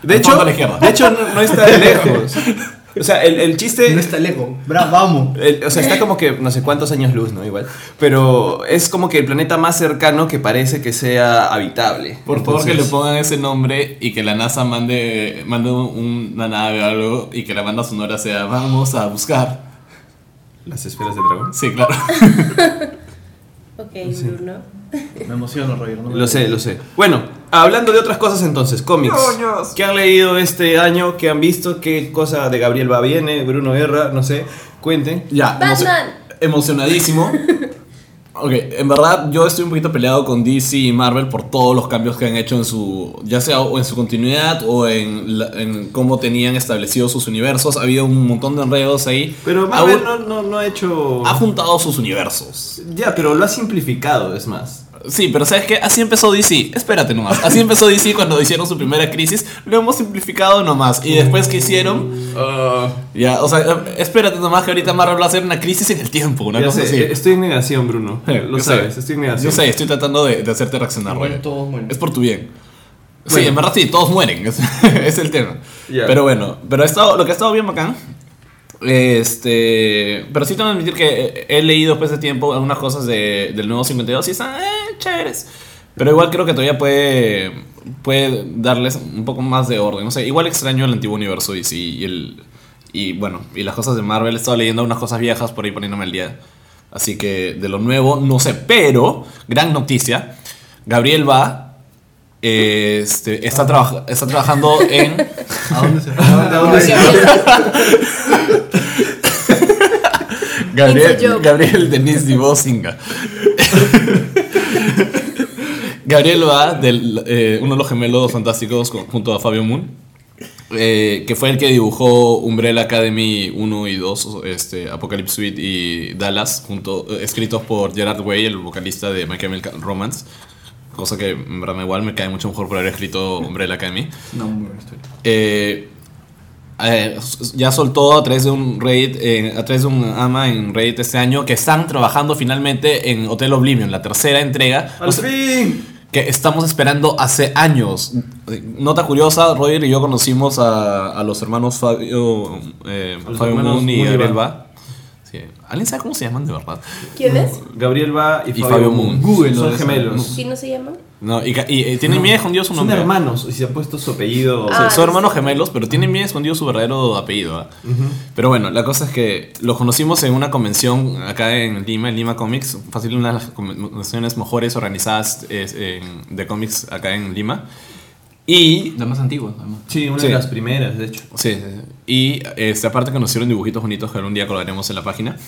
Speaker 2: de
Speaker 6: fondo
Speaker 2: hecho,
Speaker 6: a la izquierda.
Speaker 2: de hecho no, no está
Speaker 6: <laughs>
Speaker 2: lejos. O sea, el, el chiste
Speaker 3: lejos. Bra, vamos.
Speaker 2: El- o sea, está como que no sé cuántos años luz, ¿no? Igual. Pero es como que el planeta más cercano que parece que sea habitable.
Speaker 6: Por favor que le
Speaker 2: Entonces,
Speaker 6: pongan ese nombre y que la NASA mande, mande un- una nave o algo y que la banda sonora sea vamos a buscar.
Speaker 2: Las esferas de dragón.
Speaker 6: Sí, claro.
Speaker 5: Ok, Bruno.
Speaker 3: Me emociono, Roger. no me-
Speaker 2: Lo sé, lo sé. Bueno, hablando de otras cosas entonces, cómics. ¿Qué han leído este año? ¿Qué han visto? ¿Qué cosa de Gabriel va viene? Bruno Guerra, no sé. Cuenten.
Speaker 6: Ya, emocio-
Speaker 5: Batman.
Speaker 6: emocionadísimo. Ok, en verdad yo estoy un poquito peleado con DC y Marvel por todos los cambios que han hecho en su, ya sea o en su continuidad o en, la- en cómo tenían establecidos sus universos. Ha habido un montón de enredos ahí.
Speaker 2: Pero
Speaker 6: ha,
Speaker 2: Marvel no, no, no ha hecho.
Speaker 6: ha juntado sus universos.
Speaker 2: Ya, pero lo ha simplificado, es más.
Speaker 6: Sí, pero ¿sabes qué? Así empezó DC. Espérate nomás. Así empezó DC cuando hicieron su primera crisis. Lo hemos simplificado nomás. Y después que hicieron... Ah, Ya, o sea, eh, espérate nomás que ahorita Marvel va a hacer una crisis en el tiempo. Una
Speaker 2: Ya
Speaker 6: cosa
Speaker 2: sé, eh,
Speaker 6: así.
Speaker 2: Estoy en negación, Bruno. <laughs> Lo
Speaker 6: pues <laughs> Yo
Speaker 2: sabes,
Speaker 6: sé.
Speaker 2: estoy en negación.
Speaker 6: Yo sé, estoy tratando de, de hacerte reaccionar,
Speaker 3: Bueno,
Speaker 6: Roger.
Speaker 3: todos mueren.
Speaker 6: Es por tu bien. Sí,
Speaker 2: Bueno.
Speaker 6: en verdad sí, todos mueren. <laughs> Es, es el tema.
Speaker 2: Ya.
Speaker 6: Pero bueno, pero ha estado, lo que ha estado bien bacán. Este. Pero sí tengo que admitir que he leído después de tiempo algunas cosas de- del nuevo 52 y están eh, chéveres. Pero igual creo que todavía puede, puede darles un poco más de orden. No sé, igual extraño el antiguo universo y, sí, y el. Y bueno, y las cosas de Marvel. He estado leyendo unas cosas viejas por ahí poniéndome el día. Así que de lo nuevo, no sé. Pero, gran noticia: Gabriel va. Este, está, trabaja- está trabajando en.
Speaker 3: ¿A dónde
Speaker 4: <laughs>
Speaker 3: se
Speaker 2: ¿A dónde se-
Speaker 6: <laughs> Gabriel,
Speaker 5: It's a joke.
Speaker 6: Gabriel Denis Divosinga. <laughs> Gabriel va, del, eh, uno de los gemelos fantásticos con- junto a Fabio Moon, eh, que fue el que dibujó Umbrella Academy 1 y 2, este, Apocalypse Suite y Dallas, junto, eh, escritos por Gerard Way, el vocalista de My Chemical Romance. Cosa que en verdad me igual me cae mucho mejor por haber escrito Umbrella Academy.
Speaker 3: No, muy buena historia.
Speaker 6: Eh, eh, ya soltó a través de un raid, eh, a través de un ama en raid este año, que están trabajando finalmente en Hotel Oblivion, la tercera entrega.
Speaker 2: ¡Al
Speaker 6: No sé,
Speaker 2: fin!
Speaker 6: que estamos esperando hace años. Nota curiosa, Roger y yo conocimos a, a los hermanos Fabio, eh,
Speaker 2: A los
Speaker 6: Fabio
Speaker 2: hermanos
Speaker 6: Moon y
Speaker 2: Moon y
Speaker 6: Ariel
Speaker 2: Van.
Speaker 6: Va. Sí. ¿Alguien sabe cómo se llaman de verdad?
Speaker 5: ¿Quién es?
Speaker 2: Gabriel va y,
Speaker 6: Y Fabio Moon.
Speaker 2: Google
Speaker 3: Son
Speaker 2: son gemelos.
Speaker 3: gemelos.
Speaker 5: ¿Quién no se llama?
Speaker 6: No, y, ca- y, eh, tienen bien escondido su
Speaker 2: Son
Speaker 6: nombre.
Speaker 2: hermanos y se ha puesto su apellido.
Speaker 5: Ah.
Speaker 6: son hermanos gemelos, pero tienen bien escondido su verdadero apellido. ¿ah? Pero bueno, la cosa es que los conocimos en una convención acá en Lima, en Lima Comics, fácil una de las convenciones mejores organizadas es, en- de cómics acá en Lima. Y,
Speaker 3: La más antigua, además.
Speaker 2: Sí, una
Speaker 6: Sí.
Speaker 2: de las primeras, de hecho.
Speaker 6: sí, sí, sí. y este, aparte que nos hicieron dibujitos bonitos que algún día colgaremos en la página.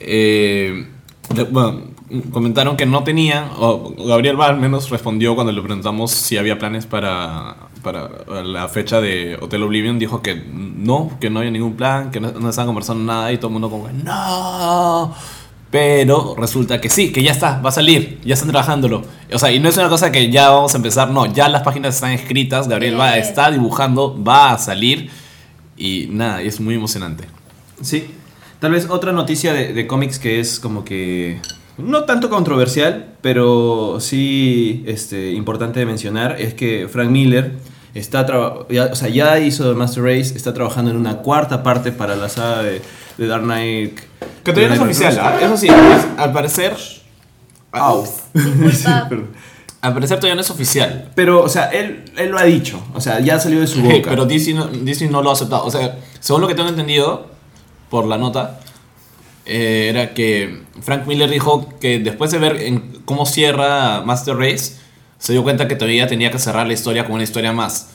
Speaker 6: Eh, de- bueno, comentaron que no tenían, o Gabriel Val al menos respondió cuando le preguntamos si había planes para, para la fecha de Hotel Oblivion, dijo que no, que no había ningún plan, que no, no estaban conversando nada y todo el mundo como, que, no. Pero resulta que sí, que ya está, va a salir, ya están trabajándolo. O sea, y no es una cosa que ya vamos a empezar, no, ya las páginas están escritas, Gabriel va,
Speaker 5: Bien.
Speaker 6: está dibujando, va a salir y nada, y es muy emocionante.
Speaker 2: Sí. Tal vez otra noticia de, de cómics que es como que no tanto controversial, pero sí este, importante de mencionar, es que Frank Miller está traba- ya, o sea, ya hizo The Master Race, está trabajando en una cuarta parte para la saga de, de Dark Knight.
Speaker 6: Que todavía no es oficial,
Speaker 2: Dark Knight Returns.
Speaker 6: ¿ah? Eso sí, es- al parecer.
Speaker 2: ¿ah?
Speaker 6: Au.
Speaker 2: Sí,
Speaker 5: Disculpa.
Speaker 2: perdón.
Speaker 6: Al parecer todavía no es oficial.
Speaker 2: Pero, o sea, él, él lo ha dicho, o sea, ya salió <laughs> de su boca.
Speaker 6: Hey, pero Disney no, Disney no lo ha aceptado. O sea, según lo que tengo entendido por la nota, eh, era que Frank Miller dijo que después de ver en cómo cierra Master Race, se dio cuenta que todavía tenía que cerrar la historia con una historia más.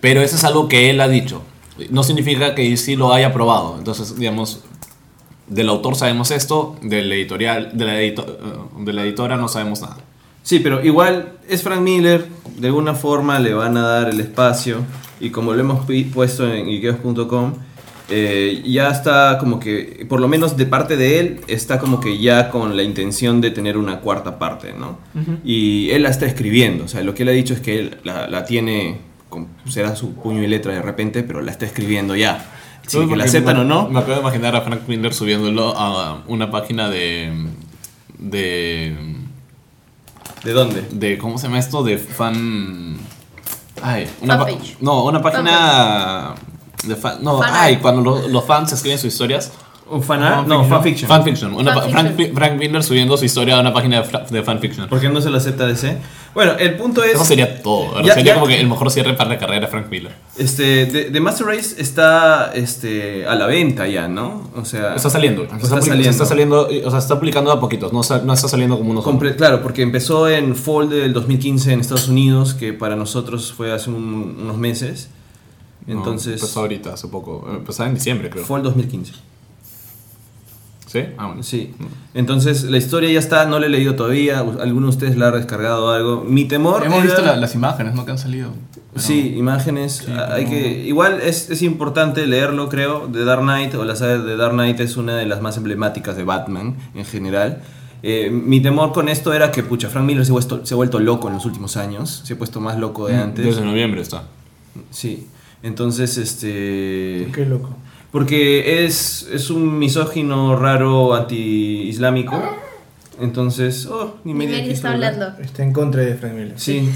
Speaker 6: Pero eso es algo que él ha dicho. No significa que sí lo haya aprobado. Entonces, digamos, del autor sabemos esto, del editorial, de la, edito- eh, de la editora no sabemos nada.
Speaker 2: Sí, pero igual es Frank Miller, de alguna forma le van a dar el espacio y como lo hemos pi- puesto en ikeos.com, eh, ya está como que, por lo menos de parte de él, está como que ya con la intención de tener una cuarta parte, ¿no? Y él la está escribiendo, o sea, lo que él ha dicho es que él la, la tiene, con- será su puño y letra de repente, pero la está escribiendo ya. Si
Speaker 6: Solo
Speaker 2: que la
Speaker 6: porque
Speaker 2: aceptan
Speaker 6: me-
Speaker 2: o no,
Speaker 6: Me acabo de imaginar a Frank Miller subiéndolo a una página de. de.
Speaker 2: ¿de dónde?
Speaker 6: de ¿Cómo se llama esto? De fan. Ay, una pa-
Speaker 5: Fanpage.
Speaker 6: No, una página. de fan. No,
Speaker 5: Fanart.
Speaker 6: ay, cuando lo- los fans escriben sus historias.
Speaker 2: ¿Un fanart? Ah, No, fanfiction.
Speaker 6: Fanfiction. Una pa-
Speaker 5: Fanfiction.
Speaker 6: Frank, Frank Miller subiendo su historia a una página de, fra- de fanfiction.
Speaker 2: ¿Por qué no se lo acepta DC? Bueno, el punto es...
Speaker 6: Eso sería todo. ¿verdad?
Speaker 2: Ya-
Speaker 6: sería
Speaker 2: ya-
Speaker 6: como que el mejor cierre para la carrera de Frank Miller.
Speaker 2: Este, The, The Master Race está este, a la venta ya, ¿no? O sea,
Speaker 6: Está saliendo. Está,
Speaker 2: Está
Speaker 6: public-
Speaker 2: saliendo.
Speaker 6: está saliendo. O sea, está publicando a poquitos. No, sa- no está saliendo como unos.
Speaker 2: comple- claro, porque empezó en fall del 2015 en Estados Unidos, que para nosotros fue hace un- unos meses.
Speaker 6: No,
Speaker 2: Entonces,
Speaker 6: empezó ahorita, hace poco. Empezó en diciembre, creo.
Speaker 2: fall 2015.
Speaker 6: ¿Sí? Ah, bueno.
Speaker 2: Sí. Entonces, la historia ya está, no la he leído todavía. Alguno de ustedes la ha descargado o algo. Mi temor.
Speaker 3: Hemos
Speaker 2: era-
Speaker 3: visto la- las imágenes, ¿no? Que han salido. Pero-
Speaker 2: Sí, imágenes. ah, hay que, igual es, es importante leerlo, creo. The Dark Knight o la saga de Dark Knight es una de las más emblemáticas de Batman en general. Eh, mi temor con esto era que, pucha, Frank Miller se ha, vuesto- se ha vuelto loco en los últimos años. Se ha puesto más loco de antes.
Speaker 6: Mm, Desde noviembre está.
Speaker 2: Sí. Entonces, este.
Speaker 4: Qué loco.
Speaker 2: Porque es, es un misógino raro anti-islámico. Entonces, oh, ni media
Speaker 5: Miguel
Speaker 2: quiso
Speaker 5: está
Speaker 2: hablar.
Speaker 5: hablando.
Speaker 4: Está en contra de Frank Miller.
Speaker 2: Sí.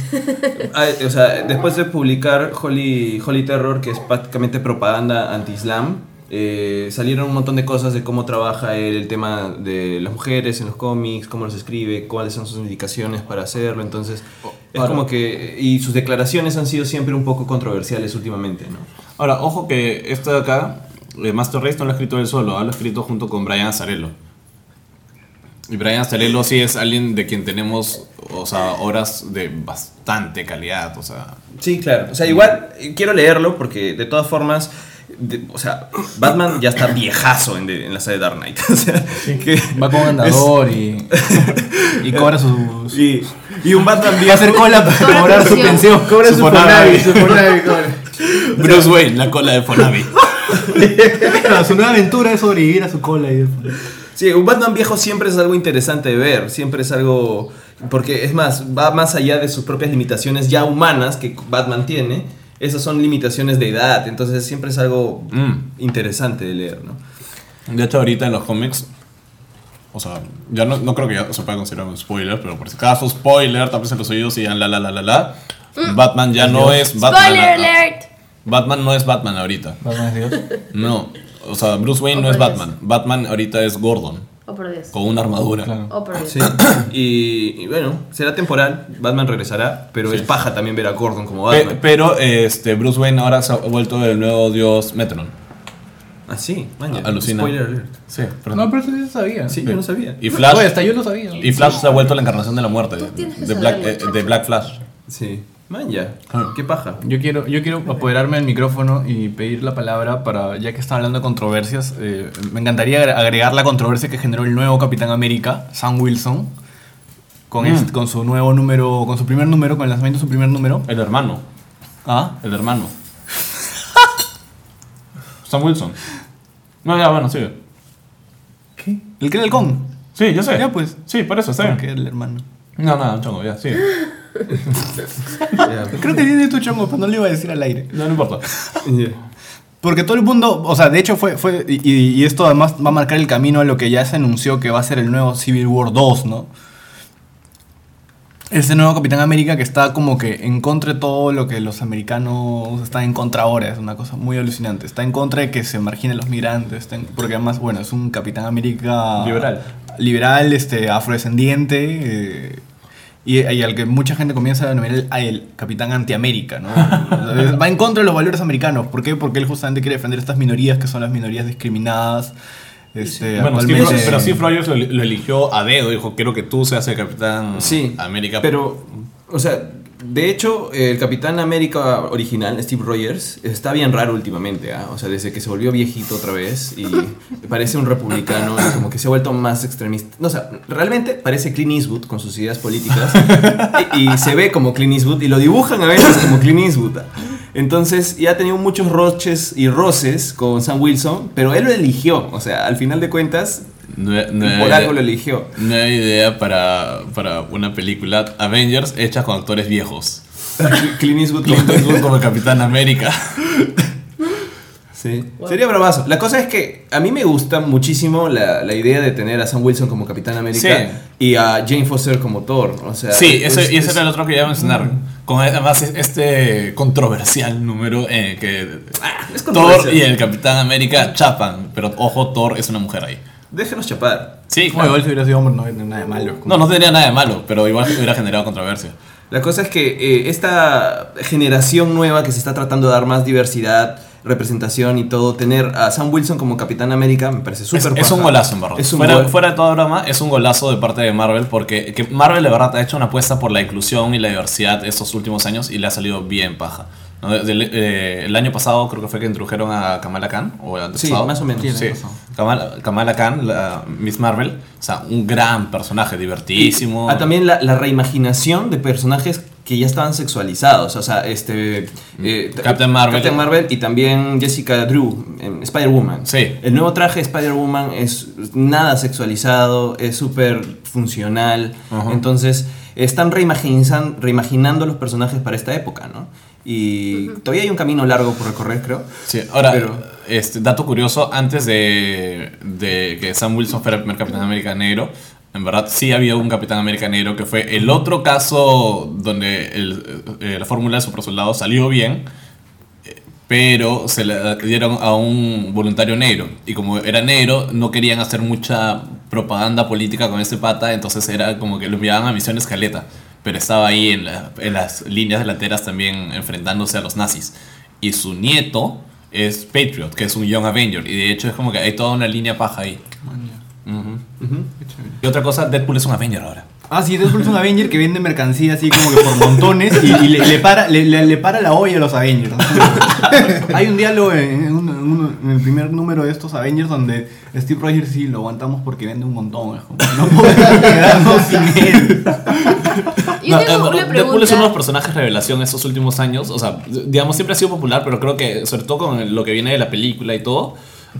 Speaker 2: Ah, o sea, después de publicar Holy, Holy Terror, que es prácticamente propaganda anti-islam, eh, salieron un montón de cosas de cómo trabaja él, el tema de las mujeres en los cómics, cómo los escribe, cuáles son sus indicaciones para hacerlo. Entonces, es
Speaker 6: ahora-
Speaker 2: como que. Y sus declaraciones han sido siempre un poco controversiales últimamente, ¿no?
Speaker 6: Ahora, ojo que esto de acá, eh, Master Race no lo ha escrito él solo, ah, lo ha escrito junto con Brian Azarello. Y Brian Azarello sí es alguien de quien tenemos, o sea, obras de bastante calidad, o sea.
Speaker 2: Sí, claro. O sea, igual eh, quiero leerlo porque de todas formas, de- o sea, Batman ya está viejazo en, de- en la serie Dark Knight. <laughs> O sea, que
Speaker 3: Va con andador <laughs> y. Y cobra sus.
Speaker 2: Y, y
Speaker 6: <laughs>
Speaker 2: un Batman
Speaker 3: Va a
Speaker 2: viejo.
Speaker 3: hacer cola para
Speaker 5: Cobra
Speaker 3: cobrar su
Speaker 5: pensión.
Speaker 3: pensión.
Speaker 4: Cobra su Fonavi, su Fonavi, cobra.
Speaker 6: Bruce Wayne, la cola de <laughs> Fonavi.
Speaker 3: Claro, su nueva aventura es sobrevivir a su cola. Y...
Speaker 2: Sí, un Batman viejo siempre es algo interesante de ver. Siempre es algo. Porque es más, va más allá de sus propias limitaciones ya humanas que Batman tiene. Esas son limitaciones de edad. Entonces siempre es algo
Speaker 6: Mm.
Speaker 2: interesante de leer, ¿no?
Speaker 6: De hecho, ahorita en los cómics, o sea, ya no, no creo que ya se pueda considerar un spoiler, pero por si acaso, spoiler, tapense los oídos y digan la la la la la. Batman ya no es Batman.
Speaker 5: Mm. Spoiler
Speaker 6: ah, ah.
Speaker 5: alert.
Speaker 6: Batman no es Batman ahorita. No, o sea, Bruce Wayne
Speaker 5: Oh,
Speaker 6: no es
Speaker 5: por
Speaker 6: Batman. Batman ahorita es Gordon,
Speaker 5: Oh, por Dios.
Speaker 6: con una armadura.
Speaker 5: Oh, por Dios.
Speaker 6: <coughs>
Speaker 2: Sí. Y, y bueno, será temporal. Batman regresará. Pero es paja también ver a Gordon como
Speaker 6: Pe-
Speaker 2: Batman.
Speaker 6: pero este, Bruce Wayne ahora se ha vuelto el nuevo dios Metron.
Speaker 2: ah, sí, maña,
Speaker 6: Alucina.
Speaker 2: Spoiler alert.
Speaker 6: Sí, perdón.
Speaker 3: No, pero eso sí sabía.
Speaker 2: Sí, yo no sabía.
Speaker 6: Y Flash,
Speaker 3: Oye, hasta yo lo sabía.
Speaker 6: y Flash se ha vuelto la encarnación de la muerte.
Speaker 5: Tú tienes que
Speaker 6: De Black,
Speaker 5: saberlo,
Speaker 6: eh, de Black Flash.
Speaker 2: Sí. Maña.
Speaker 6: Ah.
Speaker 2: Qué paja.
Speaker 3: Yo quiero, yo quiero apoderarme del micrófono y pedir la palabra para, ya que está hablando de controversias, eh, me encantaría agre- agregar la controversia que generó el nuevo Capitán América, Sam Wilson, con, este- con su nuevo número, con su primer número, con el lanzamiento de su primer número.
Speaker 6: El hermano.
Speaker 3: Ah,
Speaker 6: El hermano. Sam Wilson. No, ya, bueno, sigue.
Speaker 3: ¿qué? ¿El que era el con?
Speaker 6: Sí, yo sé.
Speaker 3: Ya, pues.
Speaker 6: Sí, por eso, está
Speaker 3: Que
Speaker 6: bien.
Speaker 3: era el hermano.
Speaker 6: No, no, chongo, ya, sigue.
Speaker 2: Ya.
Speaker 3: Creo que tiene tu chongo, pero no le iba a decir al aire.
Speaker 6: No, no importa.
Speaker 2: Ya.
Speaker 3: Porque todo el mundo, o sea, de hecho fue, fue y, y- y esto además va a marcar el camino a lo que ya se anunció que va a ser el nuevo Civil War 2, ¿no? Ese nuevo Capitán América que está como que en contra de todo lo que los americanos están en contra ahora, es una cosa muy alucinante. Está en contra de que se marginen los migrantes, está en- porque además, bueno, es un Capitán América...
Speaker 6: Liberal.
Speaker 3: Liberal, este, afrodescendiente, eh, y, y al que mucha gente comienza a denominar el, a el Capitán Antiamérica,
Speaker 6: <laughs>
Speaker 3: ¿no? Va en contra de los valores americanos. ¿Por qué? Porque él justamente quiere defender estas minorías que son las minorías discriminadas. Este,
Speaker 6: Bueno, Steve
Speaker 3: actualmente-
Speaker 6: Rogers- pero Steve Rogers lo, lo eligió a dedo, dijo, quiero que tú seas el Capitán
Speaker 2: Sí.
Speaker 6: América.
Speaker 2: Pero, o sea, de hecho, el Capitán América original, Steve Rogers, está bien raro últimamente, ¿ah? O sea, desde que se volvió viejito otra
Speaker 6: <laughs>
Speaker 2: vez y parece un republicano y como que se ha vuelto más extremista. No, o sea, realmente parece Clint Eastwood con sus ideas políticas y, y se ve como Clint Eastwood y lo dibujan a veces como Clint Eastwood. ¿ah? Entonces, ya ha tenido muchos roches y roces con Sam Wilson, pero él lo eligió. O sea, al final de cuentas,
Speaker 6: no, no
Speaker 2: por
Speaker 6: era-
Speaker 2: algo lo eligió.
Speaker 6: No hay idea para, para una película Avengers hecha con actores viejos.
Speaker 2: <laughs> Clint Eastwood
Speaker 6: <laughs> Clint Eastwood como Capitán América.
Speaker 2: Sí. Sería bravazo. La cosa es que a mí me gusta muchísimo la, la idea de tener a Sam Wilson como Capitán América y a Jane Foster como Thor. O sea,
Speaker 6: Sí,
Speaker 2: es-
Speaker 6: ese, y ese
Speaker 2: es-
Speaker 6: era el otro que iba a mencionar. Con además es- este controversial número eh, que Thor
Speaker 2: es controversial.
Speaker 6: y el Capitán América chapan, pero ojo, Thor es una mujer ahí.
Speaker 2: Déjenos chapar.
Speaker 6: Sí,
Speaker 3: Bueno,
Speaker 6: claro.
Speaker 3: igual si hubiera sido hombre no hay nada de malo.
Speaker 6: No, no tendría nada de malo, pero igual hubiera generado controversia.
Speaker 2: La cosa es que eh, esta generación nueva que se está tratando de dar más diversidad, representación y todo, tener a Sam Wilson como Capitán América me parece
Speaker 6: Es,
Speaker 2: súper
Speaker 6: es un
Speaker 2: paja.
Speaker 6: golazo, en verdad.
Speaker 2: Es un
Speaker 6: fuera,
Speaker 2: gol.
Speaker 6: fuera de todo broma, es un golazo de parte de Marvel porque que Marvel de verdad ha hecho una apuesta por la inclusión y la diversidad estos últimos años y le ha salido bien paja. ¿No? Del- eh, el año pasado creo que fue que introdujeron a Kamala Khan. O el
Speaker 2: Sí,
Speaker 6: antepasado.
Speaker 2: más o menos.
Speaker 6: Sí.
Speaker 2: Sí, pasado.
Speaker 6: Kamala, Kamala Khan, la Miss Marvel, o sea, un gran personaje, divertidísimo.
Speaker 2: Ah, también la, la reimaginación de personajes que ya estaban sexualizados. O sea, este. eh,
Speaker 6: Captain Marvel.
Speaker 2: Captain Marvel y también Jessica Drew, en Spider-Woman.
Speaker 6: Sí.
Speaker 2: El nuevo traje de Spider-Woman es nada sexualizado, es súper funcional.
Speaker 6: Ajá.
Speaker 2: Entonces, están reimaginizan- reimaginando los personajes para esta época, ¿no? Y todavía hay un camino largo por recorrer, creo.
Speaker 6: Sí, ahora,
Speaker 2: Pero-
Speaker 6: este, dato curioso, antes de, de que Sam Wilson fuera el primer Capitán América negro, en verdad sí había un Capitán América negro que fue el otro caso donde el, eh, la fórmula de super soldado salió bien, eh, pero se la dieron a un voluntario negro. Y como era negro, no querían hacer mucha propaganda política con ese pata, entonces era como que lo enviaban a misión escaleta. Pero estaba ahí en, la- en las líneas delanteras también enfrentándose a los nazis. Y su nieto es Patriot, que es un Young Avenger. Y de hecho es como que hay toda una línea paja ahí. Ujú. Y otra cosa, Deadpool es un Avenger ahora.
Speaker 3: Ah, sí, Deadpool es un Avenger que vende mercancía así como que por montones y, y le, le para, le, le- le para la olla a los Avengers. Hay un diálogo en, en uno- en uno- en el primer número de estos Avengers donde Steve Rogers sí lo aguantamos porque vende un montón. es como, No podemos quedarnos sin él.
Speaker 5: Yo
Speaker 6: No,
Speaker 5: tengo
Speaker 6: eh,
Speaker 5: una
Speaker 6: Deadpool es uno de los
Speaker 5: pregunta.
Speaker 6: personajes revelación estos últimos años. O sea, digamos, siempre ha sido popular, pero creo que, sobre todo con lo que viene de la película y todo,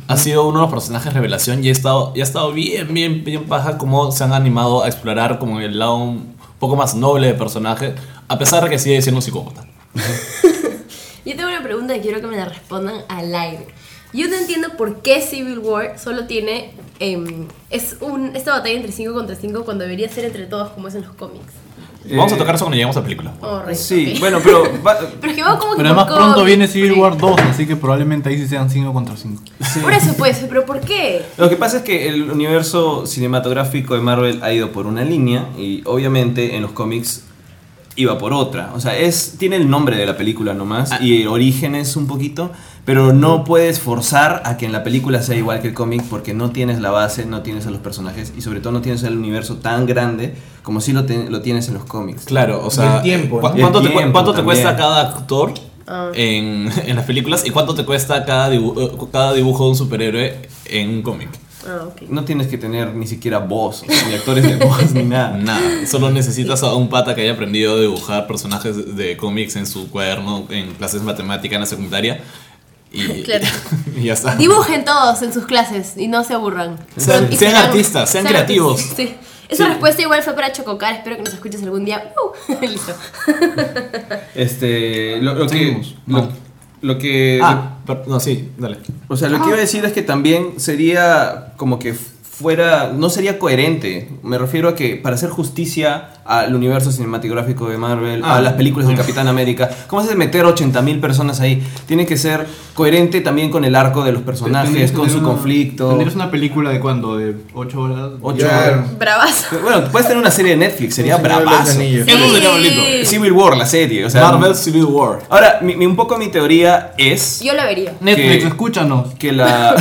Speaker 6: ha sido uno de los personajes revelación y ha estado, y ha estado bien, bien, bien paja como se han animado a explorar como el lado un poco más noble del personaje, a pesar de que sigue siendo un psicópata.
Speaker 5: Yo tengo una pregunta que quiero que me la respondan al aire. Yo no entiendo por qué Civil War solo tiene. em, es un, esta batalla entre 5 contra 5 cuando debería ser entre todos, como es en los cómics.
Speaker 6: Vamos a
Speaker 2: Eh,
Speaker 6: tocar eso cuando lleguemos a la película.
Speaker 5: Oh, rey,
Speaker 2: Sí,
Speaker 5: ok.
Speaker 2: bueno, pero. va-
Speaker 5: <laughs> Pero es que vamos como que
Speaker 3: Pero
Speaker 5: por
Speaker 3: además pronto
Speaker 5: cómics,
Speaker 3: viene Civil
Speaker 5: por- <laughs>
Speaker 3: War 2, así que probablemente ahí sí sean 5 contra 5.
Speaker 5: Por eso, pues, pero ¿por qué?
Speaker 2: Lo que pasa es que el universo cinematográfico de Marvel ha ido por una línea y obviamente en los cómics iba por otra. O sea, es, tiene el nombre de la película nomás y el origen es un poquito, pero no puedes forzar a que en la película sea igual que el cómic porque no tienes la base, no tienes a los personajes y sobre todo no tienes el universo tan grande como si lo, ten- lo tienes en los cómics.
Speaker 6: Claro, o
Speaker 4: sea,
Speaker 6: sea,
Speaker 4: el tiempo, ¿cu- ¿no?
Speaker 6: ¿cuánto,
Speaker 2: el
Speaker 6: te, cu-
Speaker 2: tiempo
Speaker 6: cuánto te
Speaker 2: también.
Speaker 6: cuesta cada actor
Speaker 5: Ah.
Speaker 6: en, <laughs> en las películas y cuánto te cuesta cada, dibu- eh, cada dibujo de un superhéroe en un cómic?
Speaker 5: Ah, ok.
Speaker 2: No tienes que tener ni siquiera voz, o sea, ni actores de voz, ni
Speaker 6: <laughs>
Speaker 2: nada.
Speaker 6: Nada, solo necesitas a un pata que haya aprendido a dibujar personajes de cómics en su cuaderno, en clases de matemática en la secundaria. Y,
Speaker 5: Claro.
Speaker 6: <laughs> y ya está.
Speaker 5: Dibujen todos en sus clases y no se aburran.
Speaker 6: Sean-
Speaker 5: Y
Speaker 6: sean artistas, sean creativos.
Speaker 5: artistas, Sí. Esa respuesta igual fue para Chococar, espero que nos escuches algún día. Uh, <laughs> listo.
Speaker 2: Este, lo, lo que,
Speaker 3: Seguimos.
Speaker 2: lo,
Speaker 3: Mal.
Speaker 2: lo que.
Speaker 1: Ah, per- no, sí, dale.
Speaker 2: O sea, lo que iba a decir es que también sería como que fuera, no sería coherente. Me refiero a que para hacer justicia al universo cinematográfico de Marvel, a las películas de Capitán América, ¿cómo haces meter 80.000 personas ahí? Tiene que ser coherente también con el arco de los personajes,
Speaker 3: Tendrías que
Speaker 2: con
Speaker 3: tener
Speaker 2: su
Speaker 3: una-
Speaker 2: conflicto.
Speaker 3: Tendrías una película de cuándo, de 8 horas.
Speaker 2: Ocho
Speaker 4: Claro.
Speaker 2: horas.
Speaker 5: Bravazo.
Speaker 2: Bueno, puedes tener una serie de Netflix, sería
Speaker 4: El Señor de los
Speaker 2: bravazo.
Speaker 4: Anillos.
Speaker 2: Eso sería
Speaker 5: Sí.
Speaker 2: bonito. Civil War, la serie. O sea,
Speaker 1: Marvel Civil War.
Speaker 2: Ahora, mi- mi- un poco mi teoría es
Speaker 5: Yo la vería.
Speaker 3: Netflix,
Speaker 2: Que-
Speaker 3: escúchanos.
Speaker 2: que
Speaker 6: <laughs>
Speaker 2: la,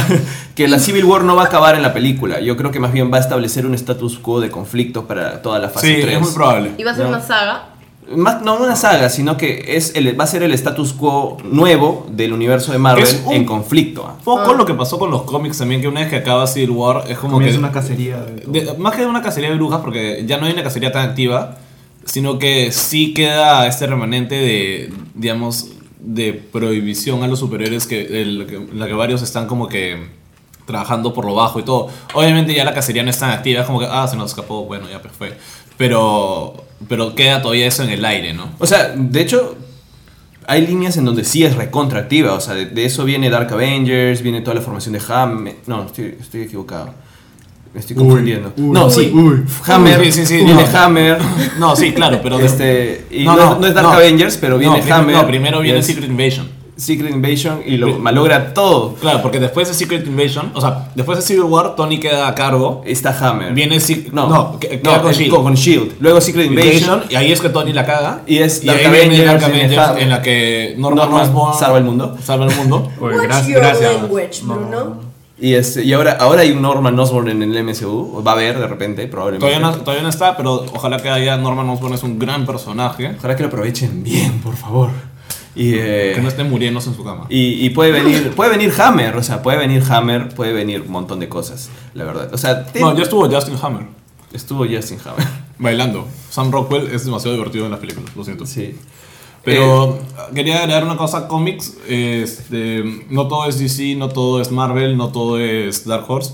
Speaker 2: que la Civil War no va a acabar en la película. Yo creo que más bien va a establecer un status quo de conflictos para toda la fase
Speaker 6: Sí,
Speaker 2: 3.
Speaker 6: es muy probable.
Speaker 5: Y va a ser
Speaker 2: No.
Speaker 5: una saga.
Speaker 2: Más- no una saga, sino que es el, va a ser el status quo nuevo del universo de Marvel
Speaker 6: Es un-
Speaker 2: en conflicto. ah.
Speaker 6: Poco lo que pasó con los cómics también, que una vez que acaba Civil War es como
Speaker 3: Comienza
Speaker 6: que...
Speaker 3: una cacería. de todo.
Speaker 6: de- más que una cacería de brujas, porque ya no hay una cacería tan activa, sino que sí queda este remanente de, digamos, de prohibición a los superiores que, el- que- la que varios están como que trabajando por lo bajo y todo. Obviamente ya la cacería no es tan activa, es como que, ah, se nos escapó, bueno, ya pues fue. Pero, pero queda todavía eso en el aire, ¿no?
Speaker 2: O sea, de hecho, hay líneas en donde sí es recontractiva. O sea, de, de eso viene Dark Avengers, viene toda la formación de Hammer. No, estoy, estoy equivocado. Me estoy confundiendo. no, sí.
Speaker 3: uy.
Speaker 2: Hammer.
Speaker 6: Uy, sí, sí, sí,
Speaker 2: viene
Speaker 6: no. <laughs>
Speaker 2: Hammer.
Speaker 6: No, sí, claro, pero... de-
Speaker 2: Este, y
Speaker 6: No,
Speaker 2: no,
Speaker 6: no,
Speaker 2: es- no es Dark
Speaker 6: no.
Speaker 2: Avengers, pero viene
Speaker 6: no, prim-
Speaker 2: Hammer.
Speaker 6: No, primero viene
Speaker 2: es
Speaker 6: Secret Invasion.
Speaker 2: Secret Invasion y lo
Speaker 6: Pri-
Speaker 2: malogra todo.
Speaker 6: Claro, porque después de Secret Invasion, o sea, después de Civil War, Tony queda a cargo.
Speaker 2: Está Hammer.
Speaker 6: Viene Secret.
Speaker 2: No,
Speaker 6: no, que- queda con
Speaker 2: el-
Speaker 6: Shield.
Speaker 2: con Shield. E Luego Secret Invasion.
Speaker 6: E Invasion, y ahí es que Tony la caga.
Speaker 2: Y es
Speaker 6: y
Speaker 2: Dark
Speaker 6: ahí viene
Speaker 2: Avengers,
Speaker 6: Dark
Speaker 2: viene
Speaker 6: Avengers,
Speaker 2: Hammer.
Speaker 6: en la que Norman,
Speaker 2: Norman
Speaker 6: Osborn
Speaker 2: salva el mundo.
Speaker 6: Salva el mundo.
Speaker 3: <laughs> Oye,
Speaker 5: Watch
Speaker 3: gra-
Speaker 5: your
Speaker 3: gracias.
Speaker 5: language,
Speaker 3: No.
Speaker 5: Bruno.
Speaker 2: Y, este, y ahora, ahora hay un Norman Osborn en el MCU. o Va a haber de repente, probablemente.
Speaker 6: Todavía no, todavía no está, pero ojalá que haya Norman Osborn, es un gran personaje.
Speaker 2: Ojalá que lo aprovechen bien, por favor. Y, eh,
Speaker 6: Que no esté muriéndose en su cama.
Speaker 2: y, y puede venir puede venir Hammer, o sea, puede venir Hammer, puede venir un montón de cosas, la verdad. O sea, te-
Speaker 6: No, ya estuvo Justin Hammer
Speaker 2: estuvo Justin
Speaker 6: <laughs>
Speaker 2: Hammer.
Speaker 6: bailando. Sam Rockwell es demasiado divertido en las películas, lo siento.
Speaker 2: Sí.
Speaker 6: Pero quería agregar una cosa, cómics, este, no todo es DC, no todo es Marvel, no todo es Dark Horse,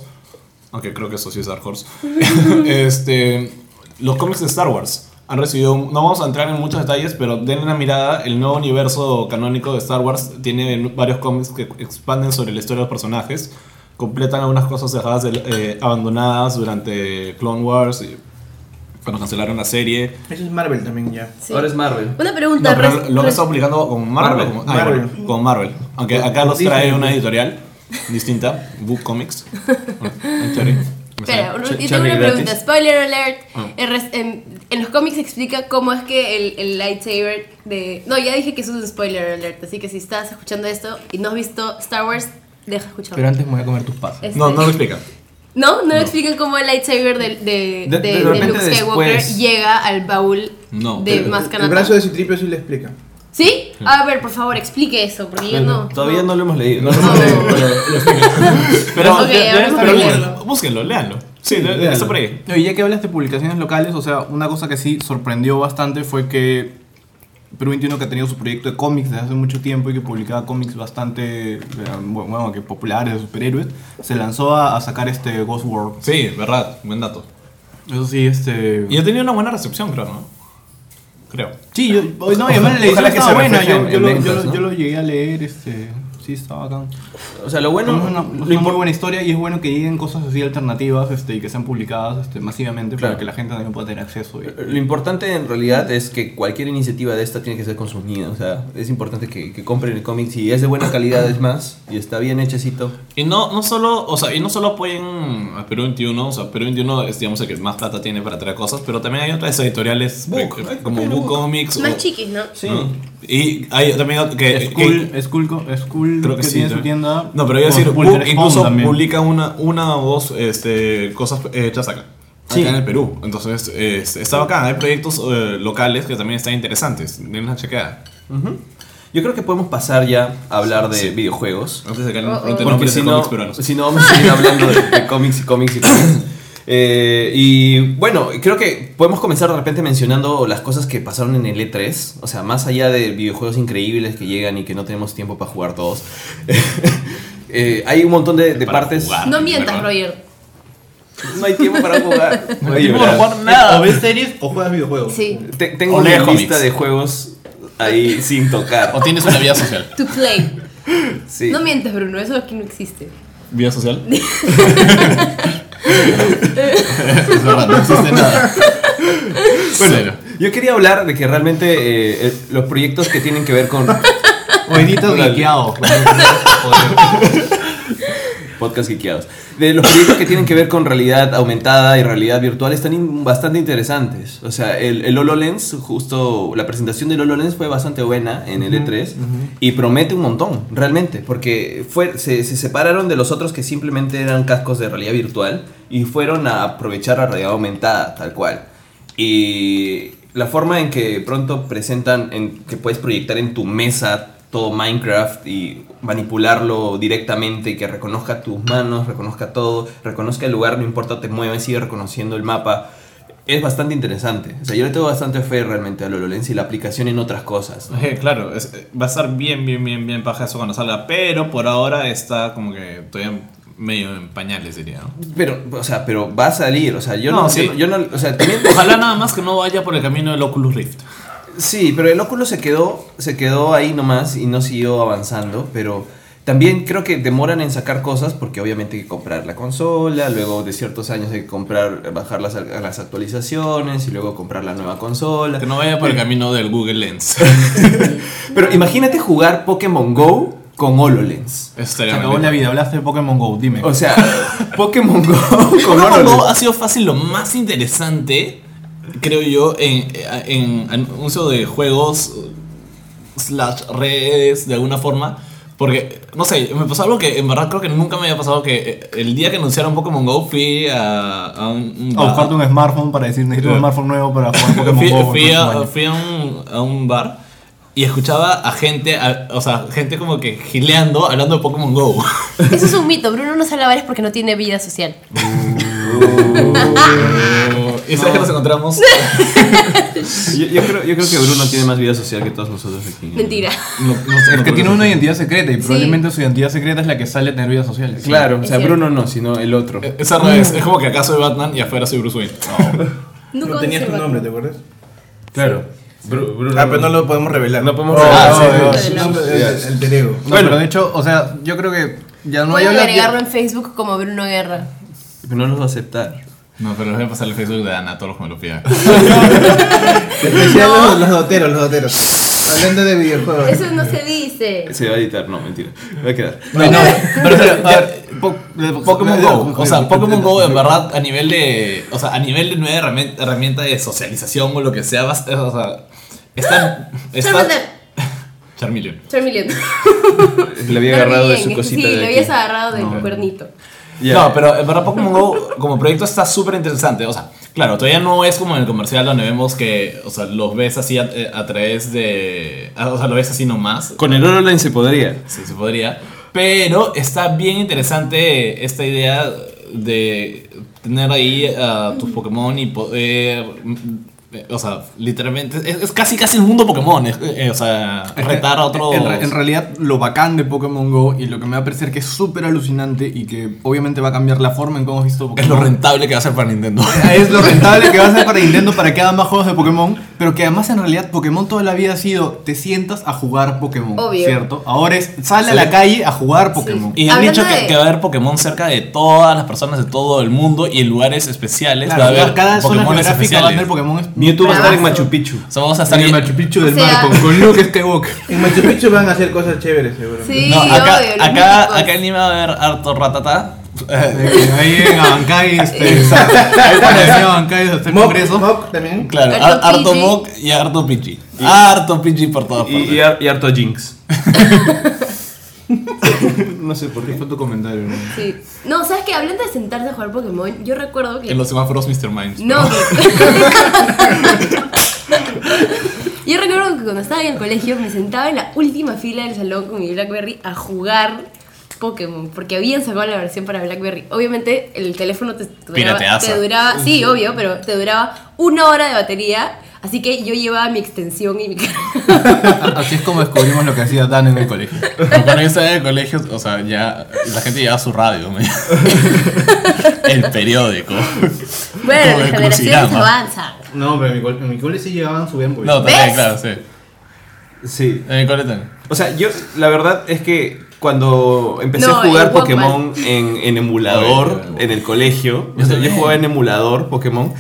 Speaker 6: aunque creo que eso sí es Dark Horse. <laughs> este, los cómics de Star Wars han recibido, un- no vamos a entrar en muchos detalles, pero denle una mirada, el nuevo universo canónico de Star Wars tiene varios cómics que expanden sobre la historia de los personajes, completan algunas cosas dejadas de- eh, abandonadas durante Clone Wars, y cuando cancelaron la serie.
Speaker 4: Eso es Marvel también ya.
Speaker 5: Sí.
Speaker 2: Eh, Ahora es Marvel.
Speaker 5: Una
Speaker 6: No,
Speaker 5: pregunta.
Speaker 6: pero
Speaker 5: res-
Speaker 6: lo que
Speaker 5: res-
Speaker 6: está obligando con Marvel.
Speaker 2: Marvel.
Speaker 6: o con, ah,
Speaker 4: Marvel.
Speaker 6: bueno, con Marvel. Aunque acá los trae una editorial distinta, Book Comics. Ah, chévere.
Speaker 5: <laughs>
Speaker 6: Me
Speaker 5: Espera,
Speaker 6: sale.
Speaker 5: un-
Speaker 2: Ch-
Speaker 5: yo tengo
Speaker 2: Charlie
Speaker 5: una pregunta.
Speaker 2: gratis.
Speaker 5: Spoiler alert. En, res- en- en los cómics explica cómo es que el, el lightsaber de. No, ya dije que eso es un spoiler alert. Así que si estás escuchando esto y no has visto Star Wars, deja escuchar.
Speaker 3: Pero antes me voy a comer tus pasas.
Speaker 5: Este-
Speaker 6: No, no lo explica.
Speaker 5: No, no, le explican cómo el lightsaber de, de,
Speaker 2: De-
Speaker 5: de,
Speaker 2: de
Speaker 5: de
Speaker 2: repente
Speaker 5: Luke Skywalker
Speaker 2: después.
Speaker 5: llega al baúl
Speaker 6: No,
Speaker 5: de
Speaker 6: pero-
Speaker 5: Máscara.
Speaker 4: El brazo de Citripio sí le explica.
Speaker 5: ¿Sí? A ver, por favor, explique eso, porque yo no.
Speaker 2: Todavía no lo hemos leído.
Speaker 5: No.
Speaker 2: <laughs>
Speaker 6: Pero,
Speaker 5: Ok,
Speaker 6: de-
Speaker 5: ahora
Speaker 6: de-
Speaker 5: vamos a
Speaker 6: pero
Speaker 5: leerlo.
Speaker 6: búsquenlo, léanlo. Sí, de- de-
Speaker 3: Léanlo.
Speaker 6: está por ahí.
Speaker 3: Y ya que hablas de publicaciones locales, o sea, una cosa que sí sorprendió bastante fue que Perú 21 que ha tenido su proyecto de cómics desde hace mucho tiempo y que publicaba cómics bastante, eh, bueno, bueno, que populares de superhéroes, se lanzó a, a sacar este Ghost World.
Speaker 6: Sí, verdad, buen dato.
Speaker 3: Eso sí, este...
Speaker 6: Y ha tenido una buena recepción, creo, ¿no? Creo.
Speaker 3: Sí, yo, hoy no, y además la edición
Speaker 2: Ojalá que
Speaker 3: estaba
Speaker 2: se
Speaker 3: buena,
Speaker 2: refleje
Speaker 3: yo,
Speaker 2: en-
Speaker 3: yo
Speaker 2: en
Speaker 3: lo,
Speaker 2: ventas,
Speaker 3: yo lo-
Speaker 2: ¿no?
Speaker 3: yo lo llegué a leer, este... Sí, estaba bacán.
Speaker 2: O sea, lo
Speaker 3: Es
Speaker 2: bueno.
Speaker 3: una,
Speaker 2: lo
Speaker 3: es una muy
Speaker 2: impor-
Speaker 3: buena historia y es bueno que lleguen cosas así alternativas este, y que sean publicadas este, masivamente
Speaker 2: Claro.
Speaker 3: para que la gente también pueda tener acceso. y-
Speaker 2: Lo importante en realidad es que cualquier iniciativa de esta tiene que ser consumida. O sea, es importante que, que compren el cómic si es de buena calidad, es más, y está bien hechecito.
Speaker 6: Y no, no solo, o sea, y no solo apoyen a Perú 21, o sea, Perú 21 es, digamos, el que más plata tiene para traer cosas, pero también hay otras editoriales
Speaker 2: Book,
Speaker 6: eh,
Speaker 2: hay que
Speaker 6: como
Speaker 2: apoyar a
Speaker 6: Book
Speaker 2: Book.
Speaker 6: Comics.
Speaker 5: Más
Speaker 6: o-
Speaker 5: chiquis, ¿no?
Speaker 2: Sí.
Speaker 6: ¿no? Y hay también otro- que,
Speaker 3: Es
Speaker 6: que-
Speaker 3: cool, es cool, co- es cool
Speaker 6: Eh, creo
Speaker 3: que,
Speaker 6: que, sí,
Speaker 3: tiene
Speaker 6: ¿no?
Speaker 3: su tienda.
Speaker 6: No, pero yo iba a
Speaker 3: con
Speaker 6: decir,
Speaker 3: su
Speaker 6: Book
Speaker 3: Pulitzer
Speaker 6: incluso
Speaker 3: Spawn también.
Speaker 6: publica una, una o dos este, cosas hechas acá.
Speaker 2: Sí.
Speaker 6: Acá en el Perú. Entonces, es- está bacán. Hay proyectos eh, locales que también están interesantes. Den una chequeada.
Speaker 2: Yo creo que podemos pasar ya a hablar de videojuegos.
Speaker 6: Antes de que
Speaker 5: Oh,
Speaker 6: alguien
Speaker 5: oh.
Speaker 6: pregunte
Speaker 2: Porque
Speaker 6: nombres
Speaker 2: si
Speaker 6: de
Speaker 2: no,
Speaker 6: cómics peruanos.
Speaker 2: si no vamos a seguir hablando de, de cómics y cómics y cómics. Eh, y bueno, creo que podemos comenzar de repente mencionando las cosas que pasaron en el E3. O sea, más allá de videojuegos increíbles que llegan y que no tenemos tiempo para jugar todos. <laughs> Eh, hay un montón de, de
Speaker 6: Para
Speaker 2: partes.
Speaker 6: jugar.
Speaker 5: No mientas,
Speaker 6: ¿verdad?
Speaker 5: Roger.
Speaker 2: No hay tiempo
Speaker 6: <laughs>
Speaker 2: para jugar.
Speaker 3: No
Speaker 2: Voy a
Speaker 3: hay tiempo para
Speaker 2: llorar.
Speaker 3: jugar nada. O ves series o juegas videojuegos.
Speaker 5: Sí.
Speaker 2: Te- tengo
Speaker 6: O
Speaker 2: una
Speaker 6: lee
Speaker 2: lista
Speaker 6: cómics.
Speaker 2: de juegos ahí sin tocar.
Speaker 6: O tienes una vida social.
Speaker 5: To play.
Speaker 2: Sí.
Speaker 5: No mientes, Bruno, eso aquí no existe.
Speaker 6: Vía <laughs> social. es verdad, no existe nada.
Speaker 2: Bueno, yo quería hablar de que realmente eh, eh, los proyectos que tienen que ver con
Speaker 6: <laughs>
Speaker 3: Buenito guiqueado.
Speaker 2: podcast geekeados, de los proyectos que tienen que ver con realidad aumentada y realidad virtual están in- bastante interesantes. O sea, el, el HoloLens, justo la presentación del HoloLens fue bastante buena en el E3 y promete un montón, realmente, porque fue, se, se separaron de los otros que simplemente eran cascos de realidad virtual y fueron a aprovechar la realidad aumentada, tal cual. Y la forma en que pronto presentan, en que puedes proyectar en tu mesa todo Minecraft y manipularlo directamente y que reconozca tus manos, reconozca todo, reconozca el lugar, no importa, te mueves, sigue reconociendo el mapa. Es bastante interesante. O sea, yo le tengo bastante fe realmente a HoloLens y la aplicación en otras cosas. ¿no?
Speaker 6: Eh, claro, es- eh, va a estar bien, bien, bien, bien paja eso cuando salga, pero por ahora está como que todavía medio en pañales, diría. ¿no?
Speaker 2: Pero, o sea, pero va a salir. O sea, yo no,
Speaker 6: No,
Speaker 2: yo
Speaker 6: sí.
Speaker 2: no- yo no- o sea, también-
Speaker 6: Ojalá nada más que no vaya por el camino del Oculus Rift.
Speaker 2: Sí, pero el óculo se quedó, se quedó ahí nomás y no siguió avanzando, pero también creo que demoran en sacar cosas porque obviamente hay que comprar la consola, luego de ciertos años hay que comprar, bajar las, las actualizaciones y luego comprar la nueva consola.
Speaker 6: Que no vaya por el camino del Google Lens.
Speaker 2: Pero imagínate jugar Pokémon Go con HoloLens.
Speaker 6: Eso
Speaker 3: Se
Speaker 6: estaría
Speaker 3: acabó la
Speaker 6: magnífico.
Speaker 3: vida, hablaste de Pokémon Go, dime.
Speaker 2: O <laughs> sea, Pokémon Go con
Speaker 6: Pokémon Go
Speaker 2: HoloLens.
Speaker 6: ha sido fácil lo más interesante, creo yo, en, en anuncio de juegos slash redes de alguna forma. Porque, no sé, me pasó algo que en verdad creo que nunca me había pasado que eh, el día que anunciaron Pokémon Go fui a, a un...
Speaker 3: A buscarte un smartphone para decir, necesito un
Speaker 6: Claro.
Speaker 3: smartphone nuevo
Speaker 6: <laughs>
Speaker 3: para jugar Pokémon
Speaker 6: fui,
Speaker 3: Go. el
Speaker 6: fui
Speaker 3: próximo
Speaker 6: a,
Speaker 3: año.
Speaker 6: fui a un, a un bar y escuchaba a gente, a- o sea, gente como que gileando hablando de Pokémon Go.
Speaker 5: Eso es un mito. Bruno no sale a bares porque no tiene vida social.
Speaker 6: <laughs> y sabes que nos encontramos...
Speaker 2: Yo, yo creo, yo creo que Bruno tiene más vida social que todos nosotros aquí.
Speaker 5: Mentira.
Speaker 6: no- no-
Speaker 3: Es
Speaker 6: no-
Speaker 3: que tiene una identidad secreta y
Speaker 5: Sí.
Speaker 3: probablemente su identidad secreta es la que sale a tener vidas sociales.
Speaker 2: Claro, o sea,
Speaker 5: Es cierto.
Speaker 2: Bruno no, sino el otro.
Speaker 6: Es al revés, Eh, es como que acá soy Batman y afuera soy Bruce Wayne.
Speaker 5: Nunca
Speaker 4: No
Speaker 5: vas a
Speaker 4: tenías
Speaker 5: ser
Speaker 4: tu
Speaker 5: Batman.
Speaker 4: nombre, ¿te acuerdas?
Speaker 2: Claro. Bru- Bruno
Speaker 4: Ah, pero no lo podemos revelar.
Speaker 2: No podemos
Speaker 3: revelar.
Speaker 4: Ah,
Speaker 5: sí,
Speaker 4: sí,
Speaker 5: sí,
Speaker 4: no,
Speaker 5: sí,
Speaker 4: no,
Speaker 2: sí.
Speaker 4: el- el- El terego.
Speaker 3: No, pero de hecho, o sea, yo creo que ya no hay
Speaker 5: Pueden
Speaker 3: hablar.
Speaker 5: agregarlo en Facebook como Bruno Guerra.
Speaker 2: Pero no los va a aceptar.
Speaker 6: No, pero les voy a pasar el Facebook de Ana a todos los que me lo pidan.
Speaker 4: <laughs> Especial los, los doteros, los doteros. Hablando de videojuegos.
Speaker 5: Eso no se dice.
Speaker 2: Se va a editar, no, mentira. Va a quedar.
Speaker 3: No,
Speaker 5: <laughs>
Speaker 3: no, pero, pero,
Speaker 6: <laughs>
Speaker 3: a ver, po-
Speaker 6: Pokémon Go, o sea, Pokémon Go en
Speaker 3: verdad.
Speaker 6: verdad a nivel de, o sea, a nivel de nueva herramien- herramienta de socialización o lo que sea, vas- o sea, está, está
Speaker 5: Charmander.
Speaker 6: Charmeleon.
Speaker 5: Charmeleon.
Speaker 2: Le había
Speaker 5: No,
Speaker 2: agarrado de
Speaker 5: bien, este
Speaker 2: su cosita
Speaker 5: Sí,
Speaker 2: de
Speaker 5: lo
Speaker 2: aquí.
Speaker 5: habías agarrado del cuernito.
Speaker 2: Ya.
Speaker 6: No, pero en verdad Pokémon Go como proyecto está súper interesante. O sea, claro, todavía no es como en el comercial donde vemos que, o sea, los ves así a, eh, a través de, o sea, lo ves así nomás.
Speaker 2: Con el HoloLens se podría.
Speaker 6: Sí, se podría. Pero está bien interesante esta idea de tener ahí a tus Pokémon y poder. mm, eh, O sea, literalmente. Es, es casi casi el mundo Pokémon. es- eh, o sea,
Speaker 3: Es que,
Speaker 6: retar a otros.
Speaker 3: En, re- en realidad, lo bacán de Pokémon Go y lo que me va a parecer que es súper alucinante y que obviamente va a cambiar la forma en cómo hemos visto
Speaker 6: es lo
Speaker 3: Pokémon.
Speaker 6: rentable que va a ser para Nintendo.
Speaker 3: <laughs> Es lo rentable que va a ser para Nintendo para que hagan más juegos de Pokémon, pero que además en realidad Pokémon toda la vida ha sido te sientas a jugar Pokémon,
Speaker 5: Obvio.
Speaker 3: ¿cierto? Ahora es sal a la calle a jugar Pokémon.
Speaker 6: Y han
Speaker 5: Hablando
Speaker 6: dicho que,
Speaker 5: de-
Speaker 6: que va a haber Pokémon cerca de todas las personas de todo el mundo y en lugares especiales.
Speaker 3: Claro,
Speaker 6: va a haber
Speaker 3: cada zona
Speaker 6: Pokémones
Speaker 3: geográfica va a tener
Speaker 6: especiales.
Speaker 3: Pokémon.
Speaker 2: Mewtwo va a estar en
Speaker 5: Bravazo.
Speaker 2: Machu Picchu.
Speaker 6: O sea, vamos a estar
Speaker 3: el Machu Picchu del
Speaker 5: O sea-
Speaker 3: mar con, con Luke <laughs> Skywalker.
Speaker 4: En Machu Picchu van a hacer cosas chéveres, seguro.
Speaker 5: Sí,
Speaker 6: No, acá,
Speaker 5: obvio. los
Speaker 6: acá,
Speaker 5: míticos.
Speaker 6: acá en Lima va a haber harto ratatá.
Speaker 3: Eh, Ahí en
Speaker 5: Ah,
Speaker 3: Abancay, este,
Speaker 5: <laughs>
Speaker 3: ahí parecía Abancay, este
Speaker 4: Mock,
Speaker 3: congreso.
Speaker 4: Mock también.
Speaker 6: Claro,
Speaker 5: Harto
Speaker 6: har- harto
Speaker 5: Pidgey.
Speaker 6: Mock y harto Pichi. Harto Pichi por todas
Speaker 2: Y, y
Speaker 6: partes.
Speaker 2: har- y harto Jinx.
Speaker 3: No sé por qué fue tu comentario. ¿no?
Speaker 5: Sí. No, ¿sabes qué? Hablando de sentarse a jugar Pokémon, yo recuerdo que.
Speaker 6: En los semáforos Mr. Minds.
Speaker 5: No. <laughs> Yo recuerdo que cuando estaba en el colegio me sentaba en la última fila del salón con mi Blackberry a jugar Pokémon, porque habían sacado la versión para Blackberry. Obviamente el teléfono te duraba,
Speaker 6: Pirateaza.
Speaker 5: te duraba, sí, obvio, pero te duraba una hora de batería, así que yo llevaba mi extensión y
Speaker 3: <laughs>
Speaker 5: mi <laughs>
Speaker 3: Así es como descubrimos lo que hacía Dan en el
Speaker 5: <laughs>
Speaker 3: colegio.
Speaker 6: Cuando yo estaba en el colegio, o sea, ya la gente llevaba su radio. me- <laughs> el
Speaker 3: <laughs>
Speaker 6: periódico.
Speaker 5: Bueno,
Speaker 6: Como
Speaker 5: las
Speaker 6: el
Speaker 5: generaciones
Speaker 6: crucigrama.
Speaker 5: avanzan.
Speaker 4: No, pero en mi, cole sí llegaban su bien
Speaker 6: No, también, claro, sí.
Speaker 2: Sí.
Speaker 3: En el cole también.
Speaker 2: O sea, yo la verdad es que cuando empecé
Speaker 5: No,
Speaker 2: a jugar
Speaker 5: en Walkman.
Speaker 2: Pokémon en, en emulador, en el colegio, o sea, yo jugaba en emulador Pokémon,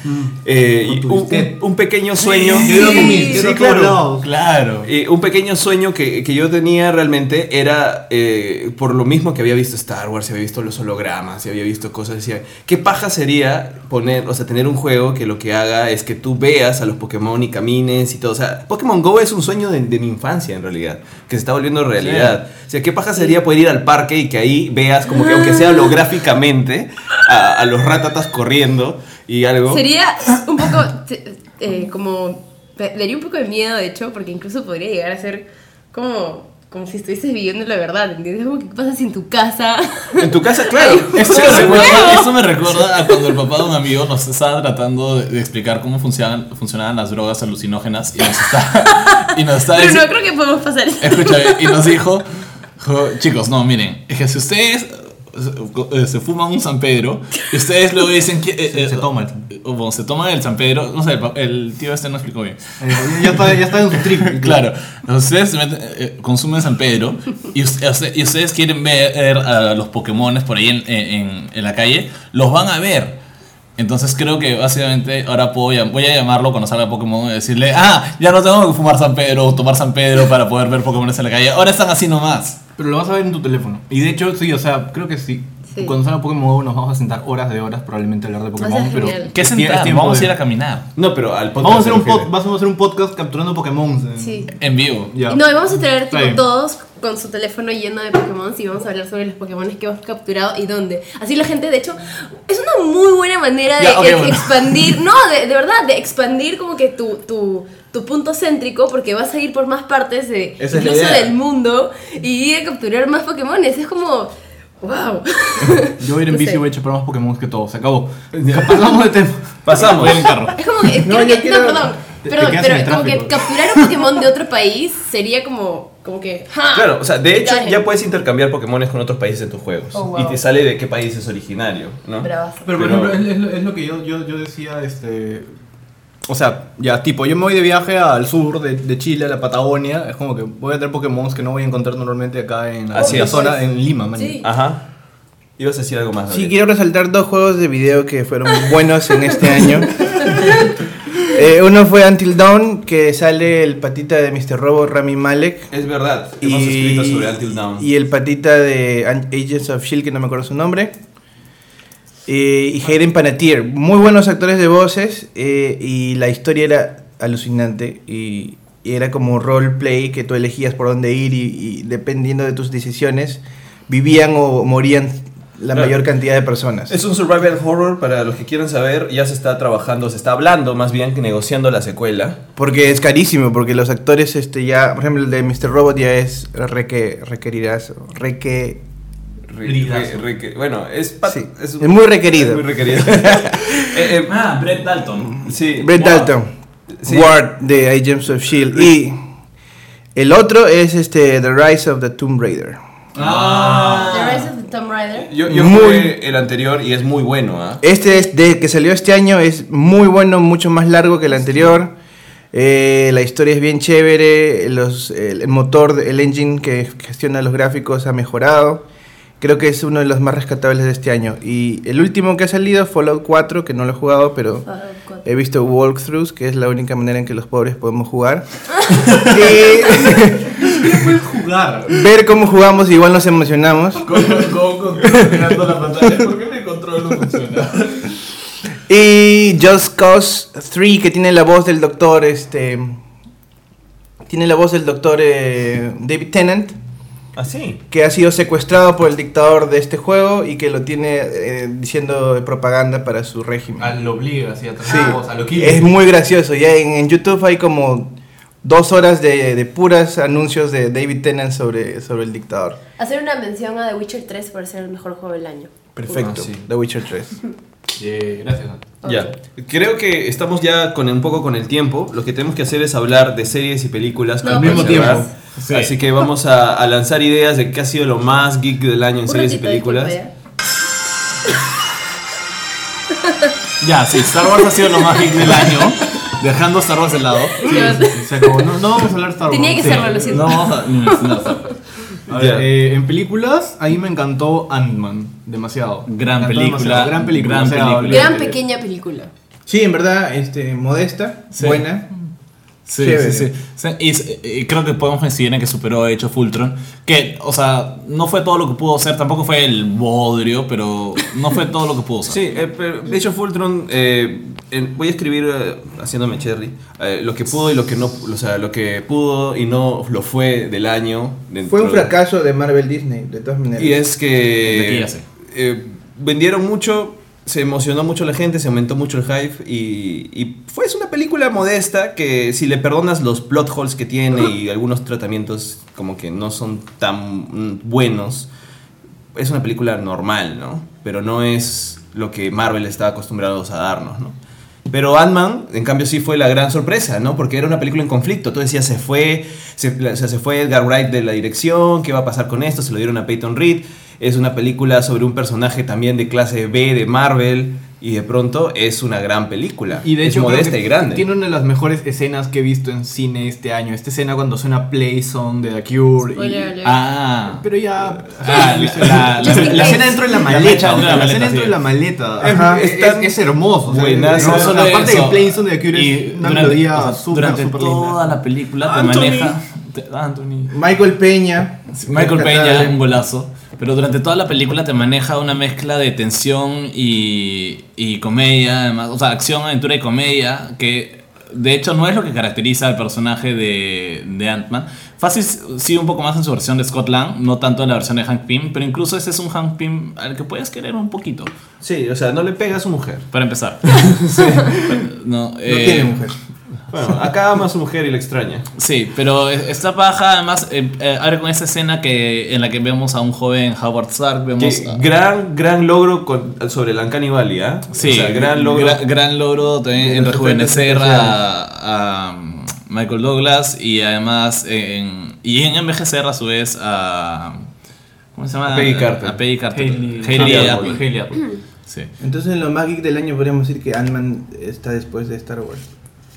Speaker 2: eh, y
Speaker 4: Con tu
Speaker 2: un,
Speaker 4: disquete.
Speaker 2: un- un pequeño sueño.
Speaker 5: yo iba con mi-
Speaker 2: Sí,
Speaker 5: yo
Speaker 4: iba con
Speaker 2: claro.
Speaker 4: lados.
Speaker 3: Claro.
Speaker 2: Eh, un pequeño sueño que, que yo tenía realmente era eh, por lo mismo que había visto Star Wars, y había visto los hologramas, y había visto cosas. Decía, ¿qué paja sería poner, o sea, tener un juego que lo que haga es que tú veas a los Pokémon y camines y todo? O sea, Pokémon Go es un sueño de, de mi infancia en realidad, que se está volviendo realidad. O sea, ¿qué paja sería poder ir al parque y que ahí veas, como que aunque sea holográficamente, a, a los ratatas corriendo y algo?
Speaker 5: Sería un poco te- eh, como. me Daría un poco de miedo, de hecho, porque incluso podría llegar a ser como. Como si estuvieses viviendo la verdad, ¿entiendes? Como que pasas en tu casa.
Speaker 2: En tu casa, claro.
Speaker 6: Eso me,
Speaker 5: Pero
Speaker 6: recuerda,
Speaker 5: huevo.
Speaker 6: eso me recuerda a cuando el papá de un amigo nos estaba tratando de, de explicar cómo funcionaban, funcionaban las drogas alucinógenas y nos estaba, y nos estaba
Speaker 5: Pero no
Speaker 6: dic-
Speaker 5: creo que podemos pasar eso.
Speaker 6: escúchame, y nos dijo, jo, chicos, no, miren, es que si ustedes eh, se fuman un San Pedro y ustedes luego dicen que... eh, eh,
Speaker 3: Se toma el-
Speaker 6: o bueno, se toman el San Pedro, no sé, el, pa- el tío este no explicó bien.
Speaker 4: Eh, ya, está, ya está en su trip.
Speaker 6: <laughs> Claro, ustedes se meten, eh, consumen San Pedro y, us- usted- y ustedes quieren ver a los Pokémones por ahí en, en- en la calle, los van a ver. Entonces creo que básicamente ahora puedo llam- voy a llamarlo cuando salga Pokémon y decirle, ah, ya no tengo que fumar San Pedro o tomar San Pedro para poder ver Pokémones en la calle. Ahora están así nomás.
Speaker 3: Pero lo vas a ver en tu teléfono. Y de hecho, sí, o sea, creo que sí.
Speaker 5: Sí.
Speaker 3: Cuando salga Pokémon Go nos vamos a sentar horas de horas probablemente a hablar de Pokémon.
Speaker 5: Va a ser
Speaker 3: pero
Speaker 5: genial.
Speaker 6: ¿Qué
Speaker 3: es tie- es
Speaker 6: sentar?
Speaker 3: tiempo
Speaker 6: Vamos a
Speaker 3: de-
Speaker 6: ir a caminar
Speaker 2: No, pero al podcast.
Speaker 3: Vamos a hacer un
Speaker 2: se refiere.
Speaker 3: pod- vamos a hacer un podcast capturando Pokémon.
Speaker 5: Sí.
Speaker 6: en vivo.
Speaker 3: Ya.
Speaker 5: No, y vamos a traer
Speaker 3: Está
Speaker 5: tipo,
Speaker 3: bien.
Speaker 5: todos con su teléfono lleno de Pokémon y vamos a hablar sobre los Pokémon que hemos capturado y dónde. Así la gente, de hecho, es una muy buena manera de
Speaker 6: Ya, ok,
Speaker 5: ex-
Speaker 6: bueno.
Speaker 5: expandir, no, de, de verdad, de expandir como que tu, tu, tu punto céntrico porque vas a ir por más partes de,
Speaker 4: Esa es la
Speaker 5: incluso
Speaker 4: idea.
Speaker 5: del mundo y ir a capturar más Pokémon. Es como, wow. <laughs>
Speaker 3: Yo voy a ir en
Speaker 5: No
Speaker 3: bici
Speaker 5: sé.
Speaker 3: y voy a chupar más Pokémon que todo. Se acabó. Pasamos de tema.
Speaker 2: Pasamos.
Speaker 3: Voy en el carro.
Speaker 5: Es como que,
Speaker 4: No,
Speaker 5: creo
Speaker 4: yo
Speaker 5: que-
Speaker 4: quiero-
Speaker 5: no, perdón,
Speaker 3: te- te
Speaker 5: perdón,
Speaker 3: quedas en el
Speaker 5: pero como que
Speaker 3: tráfico.
Speaker 5: capturar un Pokémon de otro país sería como, como que, ja,
Speaker 2: <laughs> Claro, o sea, de hecho
Speaker 5: gaje.
Speaker 2: ya puedes intercambiar Pokémones con otros países en tus juegos.
Speaker 5: Oh, wow.
Speaker 2: Y te sale de qué país es originario, ¿no?
Speaker 5: Bravazo.
Speaker 3: Pero, por
Speaker 2: Pero-
Speaker 3: ejemplo, es, es lo, es lo que yo, yo, yo decía, este... O sea, ya, tipo, yo me voy de viaje al sur de, de Chile, a la Patagonia. Es como que voy a tener Pokémon que no voy a encontrar normalmente acá en la,
Speaker 2: Así
Speaker 3: en la
Speaker 2: es.
Speaker 3: zona, en Lima, man.
Speaker 5: Sí.
Speaker 2: Ajá. Ibas a decir algo más.
Speaker 4: Sí,
Speaker 2: Gabriel.
Speaker 4: quiero resaltar dos juegos de video que fueron buenos en
Speaker 5: <laughs>
Speaker 4: este año. Eh, uno fue Until Dawn, que sale el patita de Mr. Robo, Rami Malek.
Speaker 2: Es verdad, hemos escrito sobre Until Dawn.
Speaker 4: y el patita de An- Agents of Shield, que no me acuerdo su nombre. Eh, y Hayden Panettiere. Muy buenos actores de voces. eh, y la historia era alucinante. Y, y era como roleplay que tú elegías por dónde ir. Y, y dependiendo de tus decisiones, vivían o morían la
Speaker 2: Claro.
Speaker 4: mayor cantidad de personas.
Speaker 2: Es un survival horror para los que quieran saber. Ya se está trabajando, se está hablando más bien que negociando la secuela.
Speaker 4: Porque es carísimo, porque los actores, este ya, por ejemplo, el de Mr. Robot ya es reque, requerirás, reque,
Speaker 2: Re-
Speaker 3: Ridazo.
Speaker 2: re- re- bueno, es, pa-
Speaker 4: Sí,
Speaker 2: es,
Speaker 4: es muy requerido.
Speaker 2: es muy <laughs> requerido. Eh, eh,
Speaker 6: Ah, Brett Dalton.
Speaker 2: sí.
Speaker 4: Brett
Speaker 2: Wow.
Speaker 4: Dalton,
Speaker 2: Sí.
Speaker 4: Ward de Agents of Shield y el otro es este The Rise of the Tomb Raider.
Speaker 2: Ah.
Speaker 6: Ah.
Speaker 5: The Rise of the Tomb Raider.
Speaker 2: Yo, yo
Speaker 4: Muy-
Speaker 2: jugué el anterior y es muy bueno, ¿ah?
Speaker 4: Este es de que salió este año es muy bueno, mucho más largo que el anterior. Eh, la historia es bien chévere, los, el, el motor, el engine que gestiona los gráficos ha mejorado. Creo que es uno de los más rescatables de este año. Y el último que ha salido, Fallout 4, que no lo he jugado, pero
Speaker 5: Fallout 4.
Speaker 4: He visto walkthroughs, que es la única manera en que los pobres podemos jugar. y
Speaker 3: puedes jugar?
Speaker 4: ver cómo jugamos, igual nos emocionamos.
Speaker 3: Con, con, con, mirando la pantalla. ¿Por qué mi control no funciona?
Speaker 4: Y Just Cause 3, que tiene la voz del doctor, este... Tiene la voz del doctor eh, David Tennant,
Speaker 2: Ah, sí.
Speaker 4: que ha sido secuestrado por el dictador de este juego y que lo tiene eh, diciendo propaganda para su régimen.
Speaker 3: Al Ah, lo obliga, así, a
Speaker 4: Sí,
Speaker 3: traer voz, a lo kill.
Speaker 4: es muy gracioso. Ya en, en YouTube hay como dos horas de, de puras anuncios de David Tennant sobre, sobre el dictador.
Speaker 5: Hacer una mención a The Witcher 3 por ser el mejor juego del año.
Speaker 4: Perfecto.
Speaker 2: Ah, sí.
Speaker 4: The Witcher 3.
Speaker 3: Yeah, gracias.
Speaker 2: Ya, creo que estamos ya con un poco con el tiempo. Lo que tenemos que hacer es hablar de series y películas
Speaker 5: No, pues,
Speaker 2: para
Speaker 5: Al mismo
Speaker 2: cerrar.
Speaker 3: tiempo. Sí.
Speaker 2: Así que vamos a, a lanzar ideas de qué ha sido lo más geek del año en
Speaker 5: Un
Speaker 2: series y
Speaker 5: ratito,
Speaker 2: películas.
Speaker 5: disculpe, ¿eh?
Speaker 6: Ya, sí, Star Wars ha sido lo más geek del año. Dejando Star Wars de
Speaker 5: <laughs>
Speaker 6: lado.
Speaker 3: Se acabó. No, no vamos a hablar de Star
Speaker 2: Ah,
Speaker 3: Wars.
Speaker 5: Tenía que
Speaker 3: Sí.
Speaker 5: serlo, lo
Speaker 6: No
Speaker 5: siento.
Speaker 6: vamos a ni mencionar Star Wars.
Speaker 3: A ver,
Speaker 2: Ya.
Speaker 3: eh, en películas, ahí me encantó Ant-Man. Demasiado.
Speaker 6: Gran
Speaker 3: Me encantó
Speaker 6: película,
Speaker 3: demasiado. Gran película.
Speaker 6: gran
Speaker 3: o sea,
Speaker 6: película.
Speaker 5: Gran
Speaker 3: olvídate.
Speaker 5: pequeña película.
Speaker 4: Sí, en verdad, este, modesta,
Speaker 6: Sí.
Speaker 4: buena.
Speaker 6: Sí,
Speaker 4: Chévere.
Speaker 6: sí, sí. Sí, Y, s- y creo que podemos coincidir en que superó de hecho Fultron. Que, o sea, no fue todo lo que pudo ser, tampoco fue el bodrio, pero no fue todo lo que pudo ser.
Speaker 2: Sí, eh, pero de hecho Fultron, eh, en- voy a escribir eh, haciéndome cherry, eh, lo que pudo y lo que no, o sea, lo que pudo y no lo fue del año. dentro
Speaker 4: Fue un
Speaker 2: de-
Speaker 4: fracaso de Marvel Disney, de todas maneras.
Speaker 2: Y es
Speaker 6: De aquí
Speaker 2: que
Speaker 6: ya sé.
Speaker 2: eh, vendieron mucho, se emocionó mucho la gente, se aumentó mucho el hype y, y fue es una película modesta que si le perdonas los plot holes que tiene y algunos tratamientos como que no son tan mm, buenos, es una película normal, ¿no? Pero no es lo que Marvel está acostumbrados a darnos, ¿no? Pero Ant-Man, en cambio, sí fue la gran sorpresa, ¿no? Porque era una película en conflicto. Tú decías, se fue, se, la- o sea, se fue Edgar Wright de la dirección, ¿qué va a pasar con esto? Se lo dieron a Peyton Reed. Es una película sobre un personaje también de clase B de Marvel. Y de pronto es una gran película.
Speaker 3: Y de hecho,
Speaker 2: es
Speaker 3: creo
Speaker 2: modesta
Speaker 3: que
Speaker 2: y grande.
Speaker 3: Tiene una de las mejores escenas que he visto en cine este año. Esta escena cuando suena Play Song de The Cure. y-
Speaker 5: Spoiler alert.
Speaker 6: Ah.
Speaker 3: Pero ya.
Speaker 6: Ah, la- la-
Speaker 5: Just in
Speaker 3: la
Speaker 5: case.
Speaker 3: escena dentro de la
Speaker 6: maleta, dentro
Speaker 3: maleta.
Speaker 6: de la
Speaker 3: La escena
Speaker 6: maleta,
Speaker 3: dentro
Speaker 6: sí.
Speaker 3: de la maleta.
Speaker 2: Ajá,
Speaker 3: Es,
Speaker 2: es tan
Speaker 3: es hermoso. o sea,
Speaker 2: buenazo.
Speaker 3: no,
Speaker 2: No solo
Speaker 3: aparte
Speaker 6: eso,
Speaker 3: de Play Song de The Cure
Speaker 6: y
Speaker 3: es una
Speaker 6: durante, o
Speaker 3: melodía
Speaker 6: sea,
Speaker 3: súper,
Speaker 6: durante
Speaker 3: súper
Speaker 6: toda
Speaker 3: linda.
Speaker 6: la película te
Speaker 3: Anthony.
Speaker 6: maneja te- Anthony.
Speaker 4: Michael Peña.
Speaker 6: Michael Peña,
Speaker 4: Rescatable.
Speaker 6: un golazo. Pero durante toda la película te maneja una mezcla de tensión y, y comedia, además. O sea, acción, aventura y comedia, que de hecho no es lo que caracteriza al personaje de, de Ant-Man. Fácil, sí, un poco más en su versión de Scott Lang, no tanto en la versión de Hank Pym, pero incluso ese es un Hank Pym al que puedes querer un poquito,
Speaker 2: Sí, o sea, no le pega a su mujer.
Speaker 6: para
Speaker 2: <laughs>
Speaker 6: empezar. No,
Speaker 4: No
Speaker 6: eh,
Speaker 4: tiene mujer.
Speaker 2: Bueno, acá ama a su mujer y la extraña.
Speaker 6: Sí, pero esta paja además eh, eh, abre con esa escena que, en la que vemos a un joven Howard Stark,
Speaker 2: Que
Speaker 6: vemos a-
Speaker 2: gran, gran logro con- sobre el Uncanny Valley, ¿ah?
Speaker 6: Sí,
Speaker 2: O sea, gran logro.
Speaker 6: gra- gran logro también en
Speaker 2: De
Speaker 6: rejuvenecer
Speaker 2: repente,
Speaker 6: a, a Michael Douglas y además en, y en envejecer a su vez a. ¿Cómo se llama?
Speaker 2: A Peggy Carter.
Speaker 6: A Peggy Carter.
Speaker 3: Hailey-
Speaker 6: Hailey
Speaker 2: Hailey
Speaker 6: Atwell.
Speaker 2: Atwell.
Speaker 3: Hailey Atwell.
Speaker 6: Sí.
Speaker 4: Entonces, en lo más geek del año podríamos decir que Ant-Man está después de Star Wars.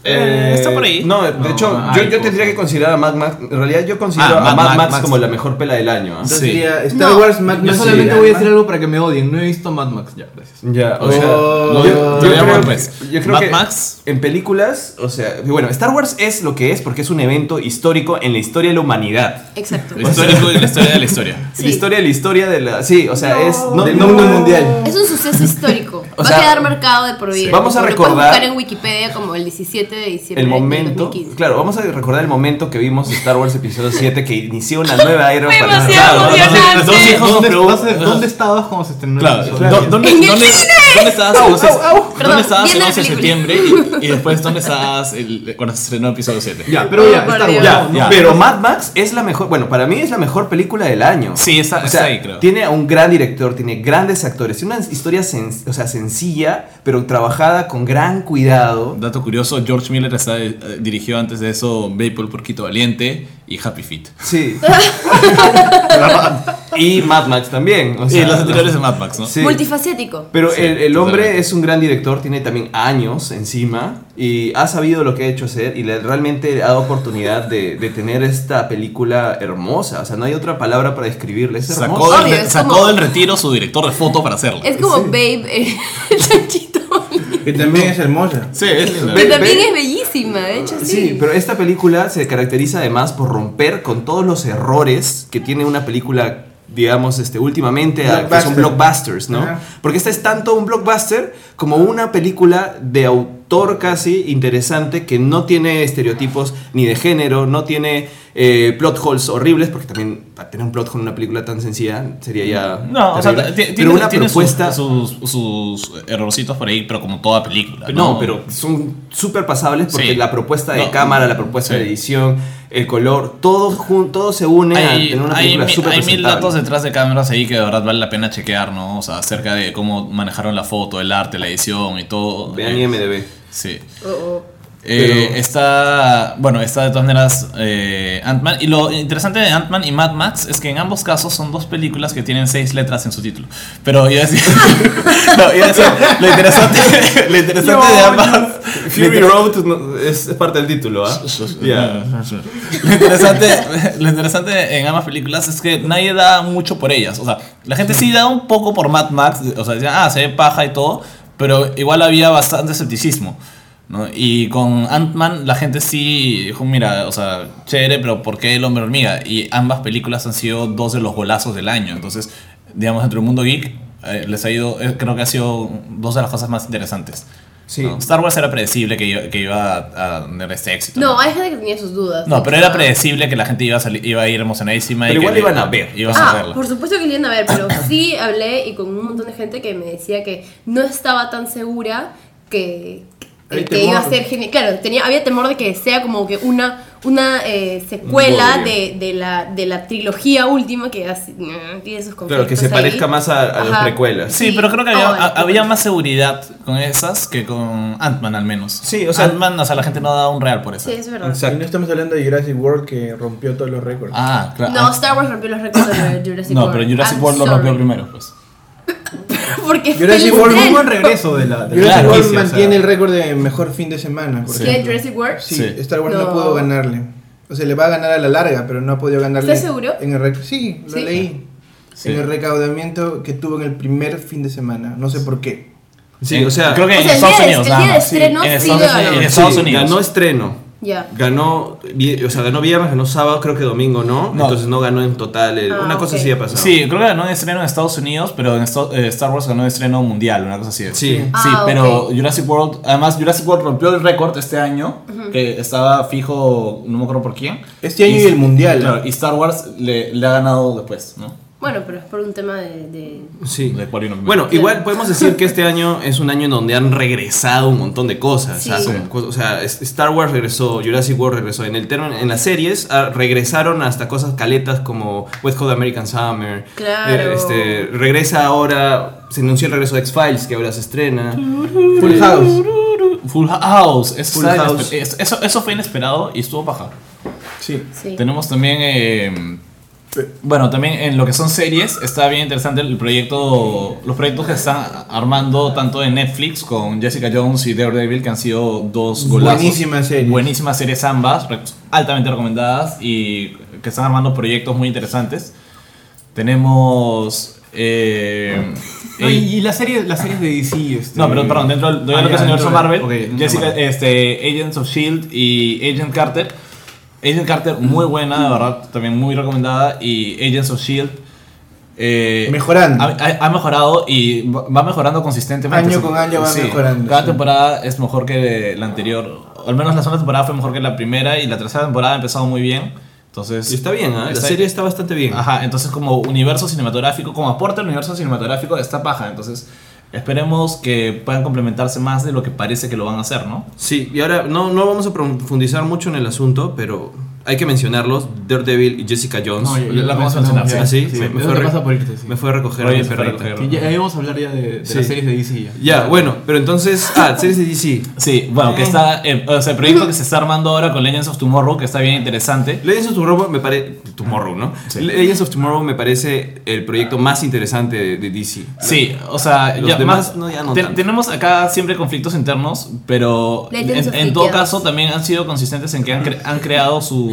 Speaker 6: Eh, está por ahí.
Speaker 2: No, ah, de
Speaker 3: No,
Speaker 2: hecho,
Speaker 3: ay,
Speaker 2: yo, yo
Speaker 3: cosa.
Speaker 2: tendría que considerar a Mad Max. En realidad, yo considero
Speaker 6: Ah,
Speaker 2: a
Speaker 6: Mad
Speaker 2: Mad
Speaker 6: Max,
Speaker 2: Max,
Speaker 6: Max.
Speaker 2: como la mejor pela del año. ¿ah?
Speaker 4: Entonces
Speaker 6: Sí.
Speaker 4: sería Star
Speaker 5: No,
Speaker 4: Wars, Mad
Speaker 3: Yo
Speaker 4: Max y
Speaker 3: solamente voy a decir
Speaker 4: Ant-Man.
Speaker 3: algo para que me odien. No he visto Mad Max. Ya, gracias.
Speaker 2: Ya, o
Speaker 4: Oh,
Speaker 2: sea,
Speaker 4: no, yo-
Speaker 6: yo creo
Speaker 2: creo,
Speaker 6: que- pues,
Speaker 2: yo creo
Speaker 6: Mad
Speaker 2: que
Speaker 6: Max.
Speaker 2: en películas, o sea, bueno, Star Wars es lo que es porque es un evento histórico en la historia de la humanidad.
Speaker 5: Exacto.
Speaker 6: Histórico y la historia de la historia.
Speaker 5: Sí.
Speaker 2: La historia de la historia de la. Sí, o sea, es. no-
Speaker 4: Del
Speaker 2: no-
Speaker 4: mundo mundial.
Speaker 5: Es un suceso histórico.
Speaker 2: O
Speaker 5: Va
Speaker 2: sea,
Speaker 5: a quedar marcado de por vida.
Speaker 2: Vamos a
Speaker 5: Lo puedes
Speaker 2: recordar-
Speaker 5: buscar en Wikipedia como el 17 de diciembre
Speaker 2: El
Speaker 5: del
Speaker 2: momento,
Speaker 5: 2015.
Speaker 2: claro, vamos a recordar el momento que vimos Star Wars Episodio 7 que inició una nueva era
Speaker 5: Fue
Speaker 2: para
Speaker 5: demasiado
Speaker 2: Claro,
Speaker 6: emocionante.
Speaker 2: Ah, entonces, nuestros hijos
Speaker 3: ¿Dónde,
Speaker 2: nos pregun-
Speaker 3: dónde- dónde estabas cuando se estrenó el
Speaker 6: Claro,
Speaker 3: episodio?
Speaker 5: <laughs>
Speaker 6: ¿dó- ¿dónde,
Speaker 5: ¡En el
Speaker 6: dónde,
Speaker 5: cine!
Speaker 6: dónde estabas el 11
Speaker 5: Perdón,
Speaker 6: ¿dónde estabas el
Speaker 5: viendo la
Speaker 6: 11 de septiembre? Y, y después, ¿dónde estabas el- cuando se estrenó el episodio 7?
Speaker 3: Ya, pero ya,
Speaker 5: Oh, por
Speaker 3: Star Wars.
Speaker 5: Dios.
Speaker 2: Ya,
Speaker 3: no,
Speaker 6: ya.
Speaker 2: pero Mad Max es la mejor, bueno, para mí es la mejor película del año.
Speaker 6: Sí, <laughs> está,
Speaker 2: O
Speaker 6: está
Speaker 2: sea,
Speaker 6: ahí, creo.
Speaker 2: tiene a un gran director, tiene grandes actores, tiene una historia sen- o sea, sencilla, pero trabajada con gran cuidado.
Speaker 6: Dato curioso, George Miller está- eh, dirigió antes de eso Vapor Porquito Valiente y Happy Feet. <laughs>
Speaker 2: Sí. y Mad Max también. O sea,
Speaker 6: y los Eh, anteriores de Mad Max, ¿no?
Speaker 2: Sí.
Speaker 5: Multifacético.
Speaker 2: Pero
Speaker 6: Sí,
Speaker 2: el, el hombre
Speaker 6: totalmente.
Speaker 2: es un gran director, tiene también años encima y ha sabido lo que ha hecho hacer y le, realmente ha dado oportunidad de, de tener esta película hermosa. O sea, no hay otra palabra para describirla. Es hermosa.
Speaker 6: Sacó, del,
Speaker 5: Obvio,
Speaker 6: re-
Speaker 5: es
Speaker 6: sacó
Speaker 5: como-
Speaker 6: del retiro su director de foto para hacerlo.
Speaker 5: Es como Babe, eh, <laughs> el chanchito.
Speaker 4: Que también es hermosa.
Speaker 6: Sí, es lindo.
Speaker 5: Pero
Speaker 2: Babe-
Speaker 5: también
Speaker 2: Babe-
Speaker 5: es bellísima, de hecho, sí.
Speaker 2: Sí, pero esta película se caracteriza además por romper con todos los errores que tiene una película, digamos, este, últimamente, a- que son
Speaker 4: Blockbuster.
Speaker 2: blockbusters, ¿no?
Speaker 4: Ajá.
Speaker 2: Porque esta es tanto un blockbuster como una película de autor casi interesante que no tiene estereotipos ni de género, no tiene eh, plot holes horribles, porque también para tener un plot hole en una película tan sencilla sería ya...
Speaker 6: No, o sea,
Speaker 2: terrible.
Speaker 6: ti- tiene,
Speaker 2: pero una
Speaker 6: tiene sus-
Speaker 2: propuesta...
Speaker 6: sus, sus, errorcitos por ahí, pero como toda película.
Speaker 2: No, pero son súper pasables porque
Speaker 6: Sí.
Speaker 2: la propuesta de
Speaker 6: No.
Speaker 2: cámara, la propuesta
Speaker 6: Sí.
Speaker 2: de edición, el color, todo, jun- todo se une a-
Speaker 6: Hay,
Speaker 2: en una
Speaker 6: hay
Speaker 2: película
Speaker 6: mi-
Speaker 2: súper
Speaker 6: hay mil
Speaker 2: presentable.
Speaker 6: datos detrás de cámaras ahí que de verdad vale la pena chequear, ¿no? O sea, acerca de cómo manejaron la foto, el arte, la edición y todo.
Speaker 2: Vean
Speaker 6: Eh,
Speaker 2: IMDB.
Speaker 6: Sí.
Speaker 5: O- o-
Speaker 6: Eh, Está, bueno, está de todas maneras eh, Ant-Man. Y lo interesante de Ant-Man y Mad Max es que en ambos casos son dos películas que tienen seis letras en su título. Pero iba a decir, <laughs> no, iba a decir, lo interesante, <laughs> lo interesante de ambas.
Speaker 2: Fury Road no- es, es parte del título, ¿ah? Ya.
Speaker 6: <laughs> Lo interesante, lo interesante en ambas películas es que nadie da mucho por ellas. O sea, la gente sí da un poco por Mad Max. O sea, decían, ah, se ve paja y todo. Pero igual había bastante escepticismo. ¿no? Y con Ant-Man la gente sí dijo, mira, o sea, chévere, pero ¿por qué el hombre hormiga? Y ambas películas han sido dos de los golazos del año. Entonces, digamos, entre el mundo geek eh, les ha ido, eh, creo que ha sido dos de las cosas más interesantes.
Speaker 2: Sí.
Speaker 6: ¿no? Star Wars era predecible que iba, que iba a, a tener este éxito.
Speaker 5: No, hay gente que tenía sus dudas.
Speaker 6: No, pero era
Speaker 5: Ah.
Speaker 6: predecible que la gente iba a, sali- iba a ir emocionadísima.
Speaker 2: Pero
Speaker 6: y
Speaker 2: igual
Speaker 6: que
Speaker 2: iban a ver.
Speaker 6: Ibas a
Speaker 5: Ah,
Speaker 6: verla.
Speaker 5: por supuesto que querían a ver, pero sí hablé y con un montón de gente que me decía que no estaba tan segura que, que-
Speaker 4: Hay
Speaker 5: que iba a
Speaker 4: temor.
Speaker 5: ser genial. Claro, tenía, había temor de que sea como que una, una eh, secuela
Speaker 2: bodrio.
Speaker 5: de, de la, de la trilogía última que así, mm, tiene sus conflictos.
Speaker 2: Claro, que se
Speaker 5: ahí.
Speaker 2: parezca más a, a las
Speaker 5: Ajá.
Speaker 2: precuelas.
Speaker 6: Sí,
Speaker 5: sí.
Speaker 6: pero creo que había,
Speaker 5: Ah, bueno,
Speaker 6: a- había
Speaker 5: bueno.
Speaker 6: más seguridad con esas que con Ant-Man al menos.
Speaker 2: Sí, o sea-
Speaker 6: Ant-Man, o sea, la gente no da un real por eso.
Speaker 5: Sí, es verdad.
Speaker 4: Y no estamos hablando de Jurassic World que rompió todos los récords.
Speaker 6: Ah, claro.
Speaker 5: No,
Speaker 6: Ah,
Speaker 5: Star Wars rompió los récords de Jurassic
Speaker 6: no,
Speaker 5: World.
Speaker 6: pero Jurassic
Speaker 5: I'm
Speaker 6: World lo rompió
Speaker 5: sorry.
Speaker 6: primero, pues.
Speaker 5: <laughs> Porque
Speaker 4: Jurassic
Speaker 5: Jurassic
Speaker 4: World
Speaker 5: World
Speaker 4: fue
Speaker 5: es buen
Speaker 4: un buen
Speaker 5: regreso.
Speaker 3: de la.
Speaker 4: Jurassic
Speaker 6: claro.
Speaker 4: World
Speaker 6: Sí, sí, o
Speaker 4: mantiene el récord de mejor fin de semana. Por
Speaker 5: ¿Qué?
Speaker 4: ejemplo.
Speaker 5: ¿Jurassic World?
Speaker 4: Sí,
Speaker 6: Sí.
Speaker 4: Star Wars no.
Speaker 5: No.
Speaker 4: pudo ganarle. O sea, le va a ganar a la larga, pero no ha podido ganarle.
Speaker 5: ¿Estás seguro?
Speaker 4: En el récord. Sí, lo
Speaker 5: Sí.
Speaker 4: leí.
Speaker 6: Sí.
Speaker 4: En el recaudamiento que tuvo en el primer fin de semana. No sé por qué.
Speaker 2: Sí, o sea,
Speaker 6: creo que
Speaker 5: O
Speaker 6: en
Speaker 5: sea, el
Speaker 6: Estados
Speaker 5: día de-
Speaker 6: Unidos.
Speaker 5: el
Speaker 6: nada
Speaker 5: día de
Speaker 6: más.
Speaker 5: estreno
Speaker 6: en
Speaker 5: sí
Speaker 6: Estados,
Speaker 5: ganó.
Speaker 6: en Estados
Speaker 2: sí,
Speaker 6: Unidos.
Speaker 2: ganó estreno.
Speaker 5: Ya.
Speaker 2: Ganó, vi- o sea, ganó viernes, ganó sábado, creo que domingo no.
Speaker 6: No.
Speaker 2: Entonces no ganó en total. el-
Speaker 5: Ah,
Speaker 2: una cosa
Speaker 5: ok.
Speaker 2: así ha pasado.
Speaker 6: Sí, creo que ganó de estreno en Estados Unidos, pero en Esta- eh, Star Wars ganó de estreno mundial, una cosa así.
Speaker 2: Sí.
Speaker 6: sí,
Speaker 5: Ah,
Speaker 6: pero Jurassic World, además Jurassic World rompió el récord este año, que estaba fijo, no me acuerdo por quién.
Speaker 4: Este año y el mundial.
Speaker 6: Claro, y Star Wars le, le ha ganado después, ¿no?
Speaker 5: Bueno, pero es por un tema de- de
Speaker 2: Sí.
Speaker 6: De Quadrinomio.
Speaker 2: Bueno, igual podemos decir que
Speaker 5: <laughs>
Speaker 2: este año es un año en donde han regresado un montón de cosas. O sea,
Speaker 5: Sí.
Speaker 2: como cos- o sea, es- Star Wars regresó, Jurassic World regresó. En el término, en las series ah, regresaron hasta cosas caletas como West Coast American Summer.
Speaker 5: Claro.
Speaker 2: Eh, este, regresa ahora, se anunció el regreso de X-Files que ahora se estrena.
Speaker 4: Full House.
Speaker 6: Full House, eso,
Speaker 2: Full
Speaker 6: estaba
Speaker 2: House.
Speaker 6: inesper- es- Eso, eso fue inesperado y estuvo paja.
Speaker 4: Sí.
Speaker 5: Sí.
Speaker 6: Tenemos también, eh, bueno, también en lo que son series, está bien interesante el proyecto, los proyectos que están armando tanto de Netflix con Jessica Jones y Daredevil, que han sido dos golazos.
Speaker 4: Buenísimas series.
Speaker 6: Buenísimas series ambas, re- altamente recomendadas y que están armando proyectos muy interesantes. Tenemos... eh, eh,
Speaker 3: Y, y las series, las series de DC. este-
Speaker 6: no, pero perdón, dentro del- de
Speaker 3: Ah,
Speaker 6: lo que
Speaker 3: ya,
Speaker 6: es el universo
Speaker 3: dentro de-
Speaker 6: Marvel,
Speaker 3: ok, dentro de
Speaker 6: Jessica,
Speaker 3: Marvel.
Speaker 6: este, Agents of Shield y Agent Carter. Agent Carter muy buena, de verdad, también muy recomendada y Agents of Shield E eh,
Speaker 4: Mejorando.
Speaker 6: Ha, ha- ha mejorado y va va mejorando consistentemente.
Speaker 4: Año con año va mejorando,
Speaker 6: Cada
Speaker 4: sí.
Speaker 6: temporada es mejor que la anterior. Al menos la segunda temporada fue mejor que la primera y la tercera temporada ha empezado muy bien. Entonces
Speaker 2: Y está bien, ¿ah? la
Speaker 6: Está-
Speaker 2: serie está bastante bien.
Speaker 6: Ajá, entonces como universo cinematográfico, como aporte al universo cinematográfico, está paja. Entonces esperemos que puedan complementarse más de lo que parece que lo van a hacer, ¿no?
Speaker 2: Sí, y ahora no, no vamos a profundizar mucho en el asunto, pero hay que mencionarlos: Daredevil y Jessica Jones. ¿Ah,
Speaker 3: No, ya- ya
Speaker 6: La
Speaker 3: la
Speaker 6: vamos a
Speaker 3: mencionamos
Speaker 6: mencionar,
Speaker 3: ya.
Speaker 2: sí, sí,
Speaker 3: Sí,
Speaker 2: me- me
Speaker 3: eso
Speaker 2: fue
Speaker 3: te
Speaker 2: re-
Speaker 3: pasa por irte, sí.
Speaker 2: Me fue a recoger
Speaker 6: Oye,
Speaker 2: a mi
Speaker 6: fue a
Speaker 2: perrita.
Speaker 6: recoger.
Speaker 3: Que Ya, ya vamos a hablar ya de, de
Speaker 2: Sí.
Speaker 3: las series de DC. Ya.
Speaker 2: Ya, bueno, pero entonces. Ah, series de DC.
Speaker 6: Sí, bueno, que está, eh, o sea, el proyecto que se está armando ahora con Legends of Tomorrow, que está bien interesante.
Speaker 2: Legends of Tomorrow me parece. Tomorrow, ¿no?
Speaker 6: Sí.
Speaker 2: Legends of Tomorrow me parece el proyecto más interesante de, de DC.
Speaker 6: Sí, o sea,
Speaker 2: Los
Speaker 6: ya
Speaker 2: demás
Speaker 6: más-
Speaker 2: no, ya no
Speaker 6: te-
Speaker 2: tanto.
Speaker 6: tenemos acá siempre conflictos internos, pero en,
Speaker 5: Legends of
Speaker 6: en todo
Speaker 5: Legends.
Speaker 6: caso también han sido consistentes en que han, cre- han creado su,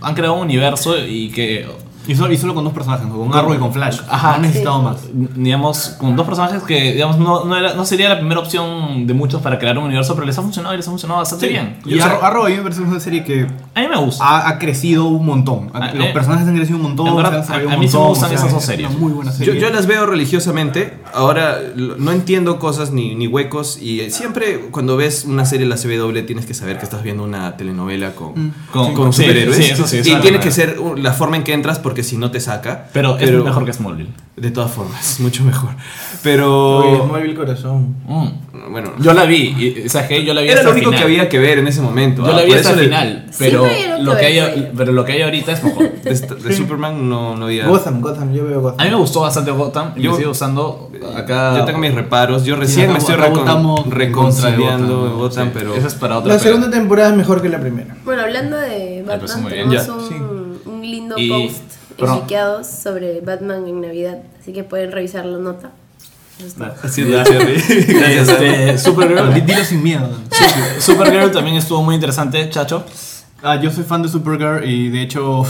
Speaker 6: han creado un universo y que
Speaker 3: Y, solo, y solo con dos personajes, ¿no? con Arrow y con Flash.
Speaker 6: Ajá.
Speaker 3: No han necesitado más.
Speaker 6: digamos, con dos personajes que, digamos, no, no, era- no sería la primera opción de muchos para crear un universo, pero les ha funcionado y les ha funcionado bastante bien.
Speaker 3: Y Arrow, Arrow a mí me parece una serie que
Speaker 6: A mí me
Speaker 1: Ah,
Speaker 6: gusta.
Speaker 3: ha, ha crecido un montón. Ha-
Speaker 6: Ah,
Speaker 3: los
Speaker 6: eh.
Speaker 3: personajes han crecido un montón.
Speaker 6: En verdad,
Speaker 3: se han desarrollado
Speaker 6: a- a
Speaker 3: un
Speaker 6: mí sí me
Speaker 3: montón,
Speaker 6: gustan esas dos
Speaker 3: es
Speaker 6: series.
Speaker 3: Una muy buena
Speaker 2: Yo,
Speaker 3: serie.
Speaker 2: yo las veo religiosamente, ahora lo- no entiendo cosas ni, ni huecos y eh, siempre cuando ves una serie en la CW tienes que saber que estás viendo una telenovela con,
Speaker 3: Mm.
Speaker 2: con,
Speaker 6: Sí,
Speaker 2: con
Speaker 6: sí,
Speaker 2: superhéroes
Speaker 6: sí, eso sí, eso
Speaker 2: y
Speaker 6: es
Speaker 2: tiene
Speaker 6: verdad.
Speaker 2: que ser uh, la forma en que entras porque porque si no te saca.
Speaker 6: Pero, es mejor que Smallville.
Speaker 2: De todas formas, <laughs> es mucho mejor. Pero.
Speaker 4: Oye, móvil corazón.
Speaker 6: Mm.
Speaker 2: Bueno,
Speaker 1: Mm. Yo la vi, y, y, ¿sabes qué? Yo la vi
Speaker 2: era
Speaker 1: hasta
Speaker 2: lo
Speaker 1: el
Speaker 2: único
Speaker 1: final.
Speaker 2: que había que ver en ese momento.
Speaker 1: Yo
Speaker 2: ah,
Speaker 1: la vi
Speaker 2: por
Speaker 1: hasta
Speaker 2: eso
Speaker 1: el
Speaker 2: de-
Speaker 1: final,
Speaker 5: Siempre
Speaker 1: pero
Speaker 5: hay algo
Speaker 1: lo
Speaker 5: que
Speaker 1: que
Speaker 5: ver,
Speaker 1: hay,
Speaker 5: oye.
Speaker 1: pero lo que hay ahorita es mejor.
Speaker 2: De, esta- de Superman no, no había.
Speaker 4: Gotham, Gotham, yo veo Gotham.
Speaker 1: A mí me gustó bastante Gotham, yo
Speaker 2: Yo-
Speaker 1: sigo usando acá.
Speaker 2: Yo tengo mis reparos. Yo recién
Speaker 3: acá-
Speaker 2: me estoy
Speaker 3: acá
Speaker 2: recon-
Speaker 3: votamos en
Speaker 2: reconciliando
Speaker 3: contra de
Speaker 2: de Gotham,
Speaker 3: Gotham,
Speaker 2: pero.
Speaker 1: Esa es para otra.
Speaker 4: La
Speaker 1: peli.
Speaker 4: segunda temporada es mejor que la primera.
Speaker 5: Bueno, hablando de
Speaker 1: parece
Speaker 5: Batman,
Speaker 1: muy
Speaker 5: tenemos
Speaker 1: bien.
Speaker 2: Ya,
Speaker 5: un, un lindo
Speaker 1: Y-
Speaker 5: post
Speaker 1: pero-
Speaker 5: en Geekeados sobre Batman en Navidad, así que pueden revisar la nota. Eso es todo.
Speaker 1: Ah,
Speaker 2: Así
Speaker 6: <laughs>
Speaker 2: es, gracias, gracias.
Speaker 1: Este, Supergirl,
Speaker 3: Di- <laughs> Dilo sin miedo.
Speaker 1: <laughs> Supergirl también estuvo muy interesante, chacho.
Speaker 3: Ah, yo soy fan de Supergirl y de hecho.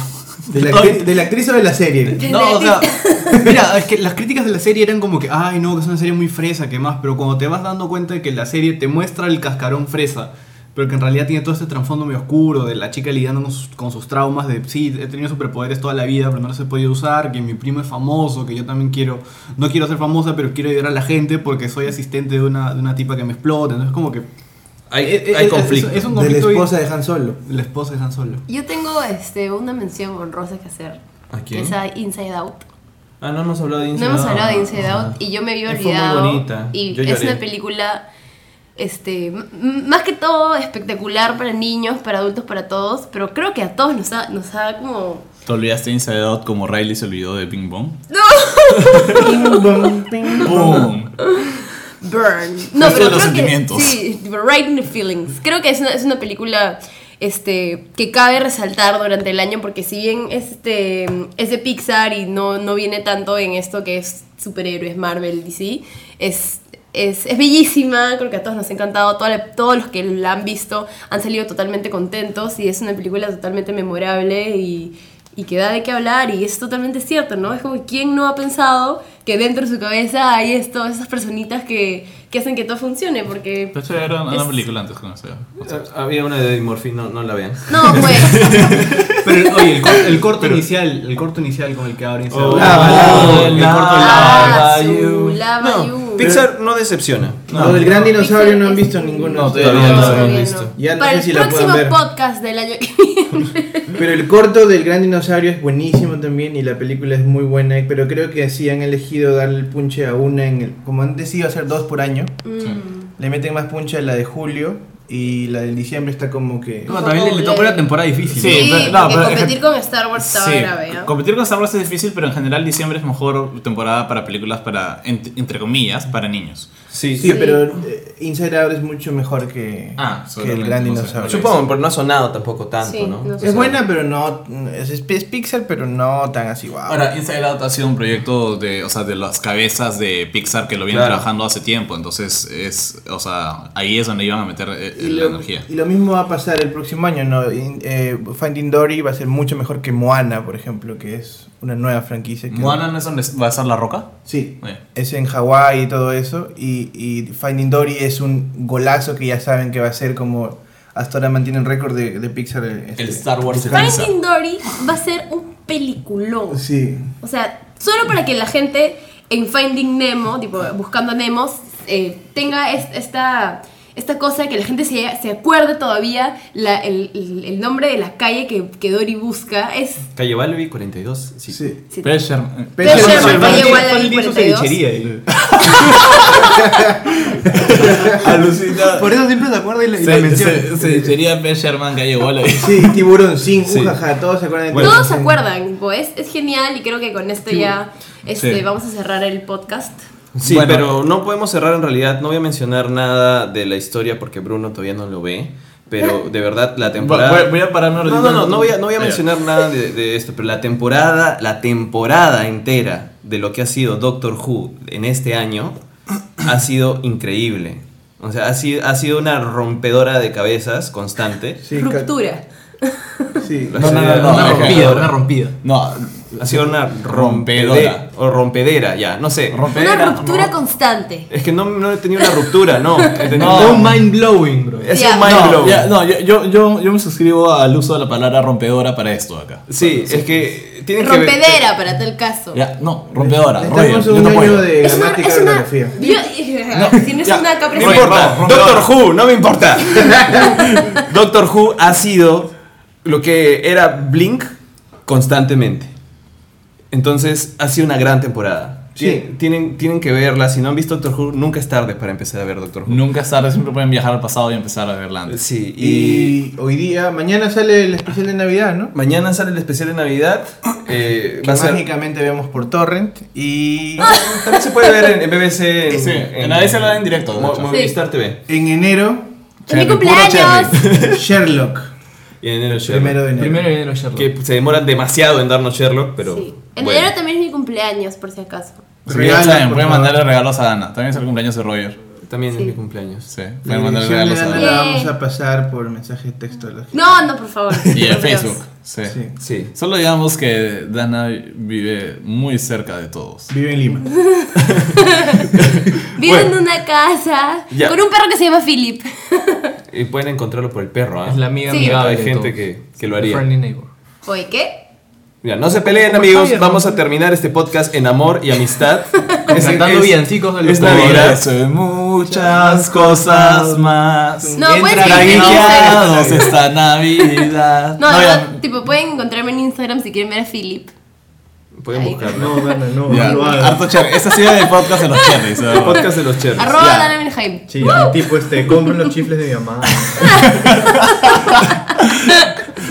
Speaker 3: <laughs>
Speaker 4: ¿De la,
Speaker 3: Estoy-
Speaker 4: actri- de la actriz o de la serie?
Speaker 5: <laughs>
Speaker 3: No, o sea, mira, es que las críticas de la serie eran como que, ay, no, que es una serie muy fresa, que más, pero cuando te vas dando cuenta de que la serie te muestra el cascarón fresa, pero que en realidad tiene todo este trasfondo medio oscuro de la chica lidiando con sus, con sus traumas, de, sí, he tenido superpoderes toda la vida, pero no los he podido usar, que mi primo es famoso, que yo también quiero, no quiero ser famosa, pero quiero ayudar a la gente porque soy asistente de una, de una tipa que me explota, entonces como que...
Speaker 2: Hay,
Speaker 3: eh, eh,
Speaker 2: hay
Speaker 3: es-
Speaker 2: conflicto.
Speaker 3: Es, es un
Speaker 4: de la
Speaker 3: conflicto... y-
Speaker 4: esposa de Han Solo.
Speaker 3: la esposa de Han Solo.
Speaker 5: Yo tengo este, una mención honrosa que hacer,
Speaker 2: ¿A
Speaker 5: que es a Inside Out.
Speaker 2: Ah, no hemos hablado de
Speaker 5: No
Speaker 2: Inside
Speaker 5: hemos
Speaker 2: Out.
Speaker 5: hablado de Inside Out y yo me había
Speaker 2: Fue muy
Speaker 5: olvidado.
Speaker 2: bonita.
Speaker 5: Y
Speaker 2: Yo
Speaker 5: es
Speaker 2: lloré.
Speaker 5: una película este m- m- más que todo espectacular para niños, para adultos, para todos, pero creo que a todos nos ha, nos ha como
Speaker 6: ¿Te olvidaste de Inside Out como Riley se olvidó de Ping Pong? ¡Boom!
Speaker 5: burn. No,
Speaker 6: Fue de los
Speaker 5: pero creo que
Speaker 6: sentimientos.
Speaker 5: sí, right in the feelings. Creo que es una, es una película este que cabe resaltar durante el año porque si bien este es de Pixar y no, no viene tanto en esto que es superhéroes Marvel DC, es es, es bellísima, creo que a todos nos ha encantado, toda la- todos los que la han visto han salido totalmente contentos y es una película totalmente memorable y, y que da de qué hablar y es totalmente cierto, ¿no? Es como que quién no ha pensado que dentro de su cabeza hay esto, esas personitas que, que hacen que todo funcione porque...
Speaker 6: De hecho, era una
Speaker 5: Es-
Speaker 6: película antes que no sea.
Speaker 2: Ah, Había una de Eddie Murphy, no, no la vean.
Speaker 5: No, pues...
Speaker 3: Pero oye, el, cor- el corto inicial, el corto inicial con el que abre Inside Out.
Speaker 4: Ah,
Speaker 2: no,
Speaker 3: el corto
Speaker 2: no.
Speaker 5: Lava
Speaker 2: Lava
Speaker 5: You.
Speaker 2: You.
Speaker 5: Ah, Lava You.
Speaker 2: No, Pixar no decepciona.
Speaker 4: Lo del gran
Speaker 5: No,
Speaker 4: dinosaurio no han
Speaker 5: Pixar
Speaker 4: visto
Speaker 5: es-
Speaker 4: ninguno.
Speaker 2: No,
Speaker 4: de
Speaker 2: todavía
Speaker 4: ustedes.
Speaker 2: no,
Speaker 5: Todavía
Speaker 2: lo han
Speaker 5: no.
Speaker 2: visto.
Speaker 4: Ya no
Speaker 5: Para
Speaker 4: sé
Speaker 5: el
Speaker 4: si la pueden
Speaker 5: próximo
Speaker 4: ver.
Speaker 5: podcast del año que viene.
Speaker 4: Pero el corto del gran dinosaurio es buenísimo también y la película es muy buena. Pero creo que sí han elegido darle el punche a una en el. Como han decidido hacer dos por año,
Speaker 5: Mm.
Speaker 4: le meten más punche a la de julio y la del diciembre está como que.
Speaker 3: No, también le, le tocó una temporada difícil.
Speaker 1: Sí,
Speaker 5: Sí,
Speaker 1: pero- no,
Speaker 5: porque
Speaker 1: pero-
Speaker 5: competir con Star Wars estaba
Speaker 1: Sí,
Speaker 5: grave, ¿ah?
Speaker 6: Competir con Star Wars es difícil, pero en general diciembre es mejor temporada para películas para, ent- entre comillas, para niños.
Speaker 2: Sí,
Speaker 4: Sí, pero eh, Inside Out es mucho mejor que,
Speaker 6: Ah,
Speaker 4: que el
Speaker 6: seguramente,
Speaker 4: gran
Speaker 6: no sé.
Speaker 4: dinosaurio.
Speaker 2: Supongo, pero no ha sonado tampoco tanto,
Speaker 5: Sí,
Speaker 2: ¿no?
Speaker 5: no
Speaker 2: O
Speaker 5: sé.
Speaker 2: sea,
Speaker 4: Es buena, pero no. Es, es- es Pixar, pero no tan así, wow.
Speaker 6: Ahora, Inside Out ha sido un proyecto de, o sea, de las cabezas de Pixar que lo vienen
Speaker 2: Claro.
Speaker 6: trabajando hace tiempo, entonces es, o sea, ahí es donde iban a meter eh,
Speaker 4: y,
Speaker 6: la
Speaker 4: lo,
Speaker 6: energía.
Speaker 4: y lo mismo va a pasar el próximo año, ¿no? In- eh, Finding Dory va a ser mucho mejor que Moana, por ejemplo, que es una nueva franquicia. Que
Speaker 6: ¿Moana no es donde va a estar la roca?
Speaker 4: Sí.
Speaker 6: Oye.
Speaker 4: Es en Hawái y todo eso. Y, y Finding Dory es un golazo que ya saben que va a ser como. Hasta ahora mantienen récord de, de Pixar. este.
Speaker 2: El Star Wars
Speaker 6: Franza.
Speaker 5: Finding Dory va a ser un peliculón.
Speaker 4: Sí.
Speaker 5: O sea, solo para que la gente en Finding Nemo, tipo buscando a Nemo, eh, tenga es- esta, esta cosa de que la gente se, se acuerde todavía la- el, el- el nombre de la calle que, que Dory busca. Es.
Speaker 2: Calle Valevi 42, sí.
Speaker 4: Sí.
Speaker 5: sí.
Speaker 6: Pesher-
Speaker 4: Pero
Speaker 5: Pero
Speaker 4: Sherman
Speaker 5: Sherman
Speaker 4: Calle
Speaker 5: Calle
Speaker 3: Fue
Speaker 5: Guadalupe
Speaker 3: el día de su
Speaker 5: 42.
Speaker 3: cevichería, <laughs> y-
Speaker 2: Alucina.
Speaker 3: Por eso siempre se acuerda y la, y la
Speaker 6: Se,
Speaker 3: menciona.
Speaker 6: se, se diría Ben Sherman que llegó a la
Speaker 4: Sí, tiburón 5, jaja, todos se acuerdan de
Speaker 5: Todos
Speaker 4: Tiburón
Speaker 5: se
Speaker 4: cinco.
Speaker 5: acuerdan, tipo, es, es genial y creo que con esto ya este,
Speaker 6: Sí.
Speaker 5: vamos a cerrar el podcast.
Speaker 2: Sí,
Speaker 6: Bueno.
Speaker 2: pero no podemos cerrar en realidad. No voy a mencionar nada de la historia porque Bruno todavía no lo ve. Pero de verdad, la temporada.
Speaker 6: Voy, voy a pararme
Speaker 2: No, no, no, no voy a, no voy a mencionar nada de, de esto, pero la temporada, la temporada entera de lo que ha sido Doctor Who en este año ha sido increíble. O sea, ha sido, ha sido una rompedora de cabezas constante.
Speaker 4: Sí, ca-
Speaker 5: Ruptura.
Speaker 4: Sí.
Speaker 2: Ha sido
Speaker 6: no, no,
Speaker 2: una
Speaker 3: Una
Speaker 6: no,
Speaker 2: rompedora.
Speaker 3: rompida, una rompida.
Speaker 6: No,
Speaker 2: Ha sido una
Speaker 6: Rompedora.
Speaker 2: rompedora. O rompedera, ya, no sé.
Speaker 5: Una
Speaker 6: rompedera.
Speaker 5: ruptura constante.
Speaker 2: Es que no, no he tenido una ruptura, no. He tenido
Speaker 6: No.
Speaker 3: Un mind blowing, bro.
Speaker 2: Es
Speaker 5: Ya.
Speaker 2: un mind blow.
Speaker 6: No, ya, no, yo, yo, yo, yo me suscribo al uso de la palabra rompedora para esto acá.
Speaker 2: Sí, es que tienen que ver-
Speaker 5: Rompedera para tal caso.
Speaker 6: Ya, no, rompedora. Roger,
Speaker 4: Estamos en
Speaker 6: yo
Speaker 4: un
Speaker 6: te
Speaker 4: año
Speaker 6: apoyo.
Speaker 4: de
Speaker 5: Es una,
Speaker 4: gramática
Speaker 5: es
Speaker 4: y
Speaker 5: una-
Speaker 4: ortografía.
Speaker 5: yo- tienes
Speaker 6: ya.
Speaker 5: una capre-
Speaker 2: No me importa.
Speaker 6: Vamos,
Speaker 2: Doctor
Speaker 6: rompedora.
Speaker 2: Who, no me importa. Doctor Who ha sido lo que era Blink constantemente. Entonces, ha sido una gran temporada.
Speaker 1: Sí.
Speaker 2: Tien- Tienen, tienen que verla. Si no han visto Doctor Who, nunca es tarde para empezar a ver Doctor Who.
Speaker 6: Nunca es tarde, siempre pueden viajar al pasado y empezar a verla antes.
Speaker 2: Sí, y,
Speaker 1: Y hoy día, mañana sale el especial de Navidad, ¿no?
Speaker 2: mañana sale el especial de Navidad. eh,
Speaker 1: Que
Speaker 2: va a ser.
Speaker 1: mágicamente vemos por Torrent y
Speaker 2: También se puede ver en, en BBC. En,
Speaker 6: Sí, en la BBC lo dan en directo, de
Speaker 2: Mo-
Speaker 6: hecho.
Speaker 2: Movistar TV.
Speaker 1: en enero
Speaker 5: ¡Es mi
Speaker 2: Cherry, puro
Speaker 5: cumpleaños!
Speaker 1: Sherlock,
Speaker 2: Y en enero Sherlock.
Speaker 1: primero de enero.
Speaker 3: Primero de enero, Sherlock.
Speaker 2: Que se demoran demasiado en darnos Sherlock, pero.
Speaker 5: Sí. En
Speaker 2: bueno.
Speaker 5: enero también es mi cumpleaños, por si acaso.
Speaker 6: Así que ya
Speaker 1: Regalos,
Speaker 6: saben,
Speaker 1: por
Speaker 6: pueden
Speaker 1: favor.
Speaker 6: mandarle regalos a Ana. También es el cumpleaños de Roger.
Speaker 2: También
Speaker 5: Sí.
Speaker 2: es mi cumpleaños.
Speaker 6: Sí,
Speaker 1: La
Speaker 6: pueden mandarle
Speaker 1: dirección
Speaker 6: regalos
Speaker 1: de
Speaker 6: a
Speaker 1: Ana
Speaker 6: Ana.
Speaker 5: Daniel.
Speaker 1: la vamos a pasar por mensaje de texto a la gente.
Speaker 5: No, no, por favor.
Speaker 6: Y en
Speaker 5: Por Dios.
Speaker 6: Facebook. Sí.
Speaker 1: Sí.
Speaker 2: Sí.
Speaker 6: Solo digamos que Dana vive muy cerca de todos.
Speaker 1: Vive en Lima.
Speaker 5: Vivo en una casa
Speaker 2: Ya.
Speaker 5: con un perro que se llama Philip.
Speaker 2: Y pueden encontrarlo por el perro, ¿ah?
Speaker 3: Es la amiga
Speaker 5: Sí.
Speaker 3: amigable.
Speaker 2: Hay
Speaker 3: de
Speaker 2: gente
Speaker 3: todos.
Speaker 2: que, que lo haría.
Speaker 3: Friendly neighbor.
Speaker 5: Oye, ¿qué?
Speaker 2: Mira, no se peleen, amigos. Vamos a terminar este podcast en amor y
Speaker 3: <laughs>
Speaker 2: amistad. Es-
Speaker 3: Cantando
Speaker 2: es-
Speaker 3: villancicos de los
Speaker 2: es Navidad.
Speaker 6: Eso y muchas cosas más.
Speaker 5: No, pueden seguirme en Instagram.
Speaker 6: Tragueados esta Navidad.
Speaker 5: No, de
Speaker 6: ya-
Speaker 5: verdad, tipo, pueden encontrarme en Instagram si quieren ver a Philip.
Speaker 2: Pueden
Speaker 5: Ay.
Speaker 2: buscarlo.
Speaker 1: No, Dana, no,
Speaker 6: ya,
Speaker 1: no lo hagas.
Speaker 6: harto cherry. Este ha sido el podcast de los cherries. de
Speaker 2: El
Speaker 6: verdad.
Speaker 2: podcast de los cherries.
Speaker 5: Arroba
Speaker 6: Ya.
Speaker 5: Dana Benheim.
Speaker 3: Sí, el tipo este, compren los chifles de mi mamá.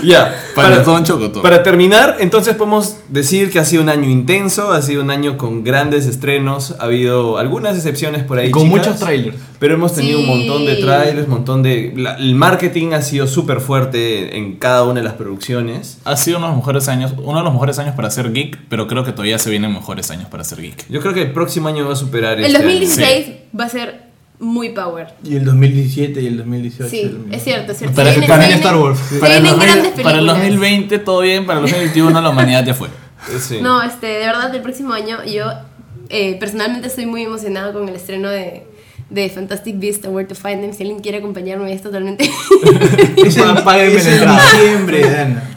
Speaker 2: Ya.
Speaker 6: Para
Speaker 2: Para,
Speaker 6: todo un chocotón.
Speaker 2: para terminar, entonces podemos decir que ha sido un año intenso, ha sido un año con grandes estrenos, ha habido algunas excepciones por ahí.
Speaker 3: Con
Speaker 2: chicas,
Speaker 3: muchos trailers.
Speaker 2: Pero hemos tenido un
Speaker 5: Sí.
Speaker 2: montón de trailers, un montón de... la- el marketing ha sido súper fuerte en cada una de las producciones.
Speaker 6: Ha sido uno de los mejores años, uno de los mejores años para ser geek, pero creo que todavía se vienen mejores años para ser geek.
Speaker 2: Yo creo que el próximo año va a superar
Speaker 5: El
Speaker 2: este año.
Speaker 5: 2016 va a ser muy power.
Speaker 1: Y el 2017 y el 2018.
Speaker 5: Sí,
Speaker 1: el-
Speaker 5: es cierto, es cierto.
Speaker 6: Para-
Speaker 5: Se vienen-
Speaker 6: para
Speaker 5: se
Speaker 6: Star
Speaker 5: vienen-
Speaker 6: Wars.
Speaker 5: Se
Speaker 6: Para el
Speaker 5: vienen
Speaker 6: 2000
Speaker 5: grandes películas.
Speaker 6: Para el 2020 todo bien, para el 2021 la humanidad ya fue.
Speaker 2: Eh, sí.
Speaker 5: No, este, de verdad, el próximo año yo eh, personalmente estoy muy emocionado con el estreno de, de Fantastic Beasts and Where to Find Them. Si alguien quiere acompañarme, es
Speaker 6: <laughs>
Speaker 5: totalmente...
Speaker 1: Es en,
Speaker 3: Páguenme
Speaker 1: es
Speaker 3: la
Speaker 1: en
Speaker 3: entrada.
Speaker 1: diciembre, Dana.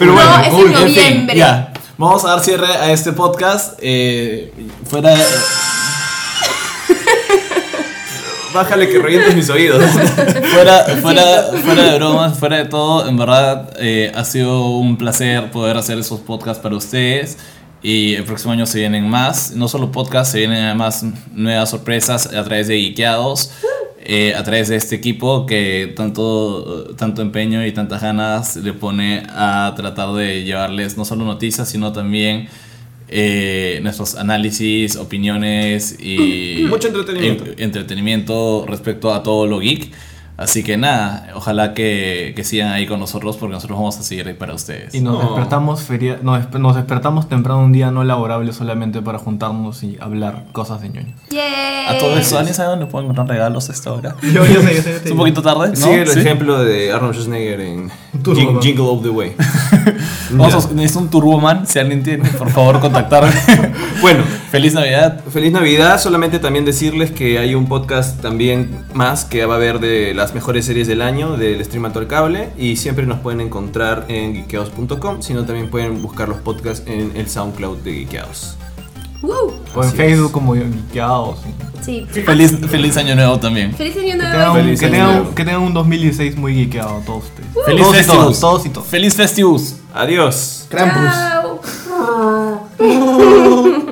Speaker 5: Pero bueno, no, es
Speaker 6: cool,
Speaker 5: en
Speaker 6: fin,
Speaker 5: noviembre.
Speaker 6: ya. Vamos a dar cierre a este podcast. eh, fuera de-
Speaker 2: Bájale que revientes mis oídos.
Speaker 6: fuera, fuera, fuera de bromas, fuera de todo, en verdad eh, ha sido un placer poder hacer esos podcasts para ustedes. Y el próximo año se vienen más, no solo podcasts, se vienen además nuevas sorpresas a través de Geekeados, eh, a través de este equipo que tanto, tanto empeño y tantas ganas le pone a tratar de llevarles no solo noticias, sino también eh, nuestros análisis, opiniones y
Speaker 2: <clears throat> Mucho entretenimiento.
Speaker 6: en- entretenimiento respecto a todo lo geek. Así que nada, ojalá que, que sigan ahí con nosotros porque nosotros vamos a seguir ahí para ustedes.
Speaker 3: Y nos
Speaker 2: No.
Speaker 3: despertamos feria, nos, despe- nos despertamos temprano un día no laborable solamente para juntarnos y hablar cosas de ñoño.
Speaker 5: Yay.
Speaker 6: A todo eso, ¿alguien sabe dónde pueden encontrar regalos a esta hora?
Speaker 1: Yo, yo sé, yo sé. yo sé.
Speaker 6: Es un poquito tarde, ¿no?
Speaker 2: <laughs> Sigue el
Speaker 6: Sí.
Speaker 2: ejemplo de Arnold Schwarzenegger en
Speaker 1: Tú,
Speaker 2: Jing-
Speaker 1: mamá.
Speaker 2: Jingle of the Way.
Speaker 6: Vamos a- es un Turboman, si alguien tiene, por favor contactarme. <laughs>
Speaker 2: Bueno,
Speaker 6: Feliz Navidad.
Speaker 2: Feliz Navidad, solamente también decirles que hay un podcast también más que va a haber de las mejores series del año del stream al cable y siempre nos pueden encontrar en geekeados.com, sino también pueden buscar los podcasts en el SoundCloud de Geekeados.
Speaker 5: Woo.
Speaker 3: O en
Speaker 2: Así
Speaker 3: Facebook
Speaker 2: es.
Speaker 3: como Geekeados.
Speaker 5: Sí.
Speaker 6: Feliz, feliz año nuevo también.
Speaker 5: Feliz año
Speaker 3: Que
Speaker 5: nuevo.
Speaker 3: tengan, un,
Speaker 2: Feliz
Speaker 3: que
Speaker 2: año
Speaker 3: tengan-
Speaker 2: nuevo.
Speaker 3: que tengan un 2016 muy geekeado todos ustedes.
Speaker 6: Feliz
Speaker 3: todos y
Speaker 6: Festivus.
Speaker 3: todas, todos y todos.
Speaker 6: Feliz Festivus.
Speaker 2: Adiós.
Speaker 1: Krampus.
Speaker 5: Chao.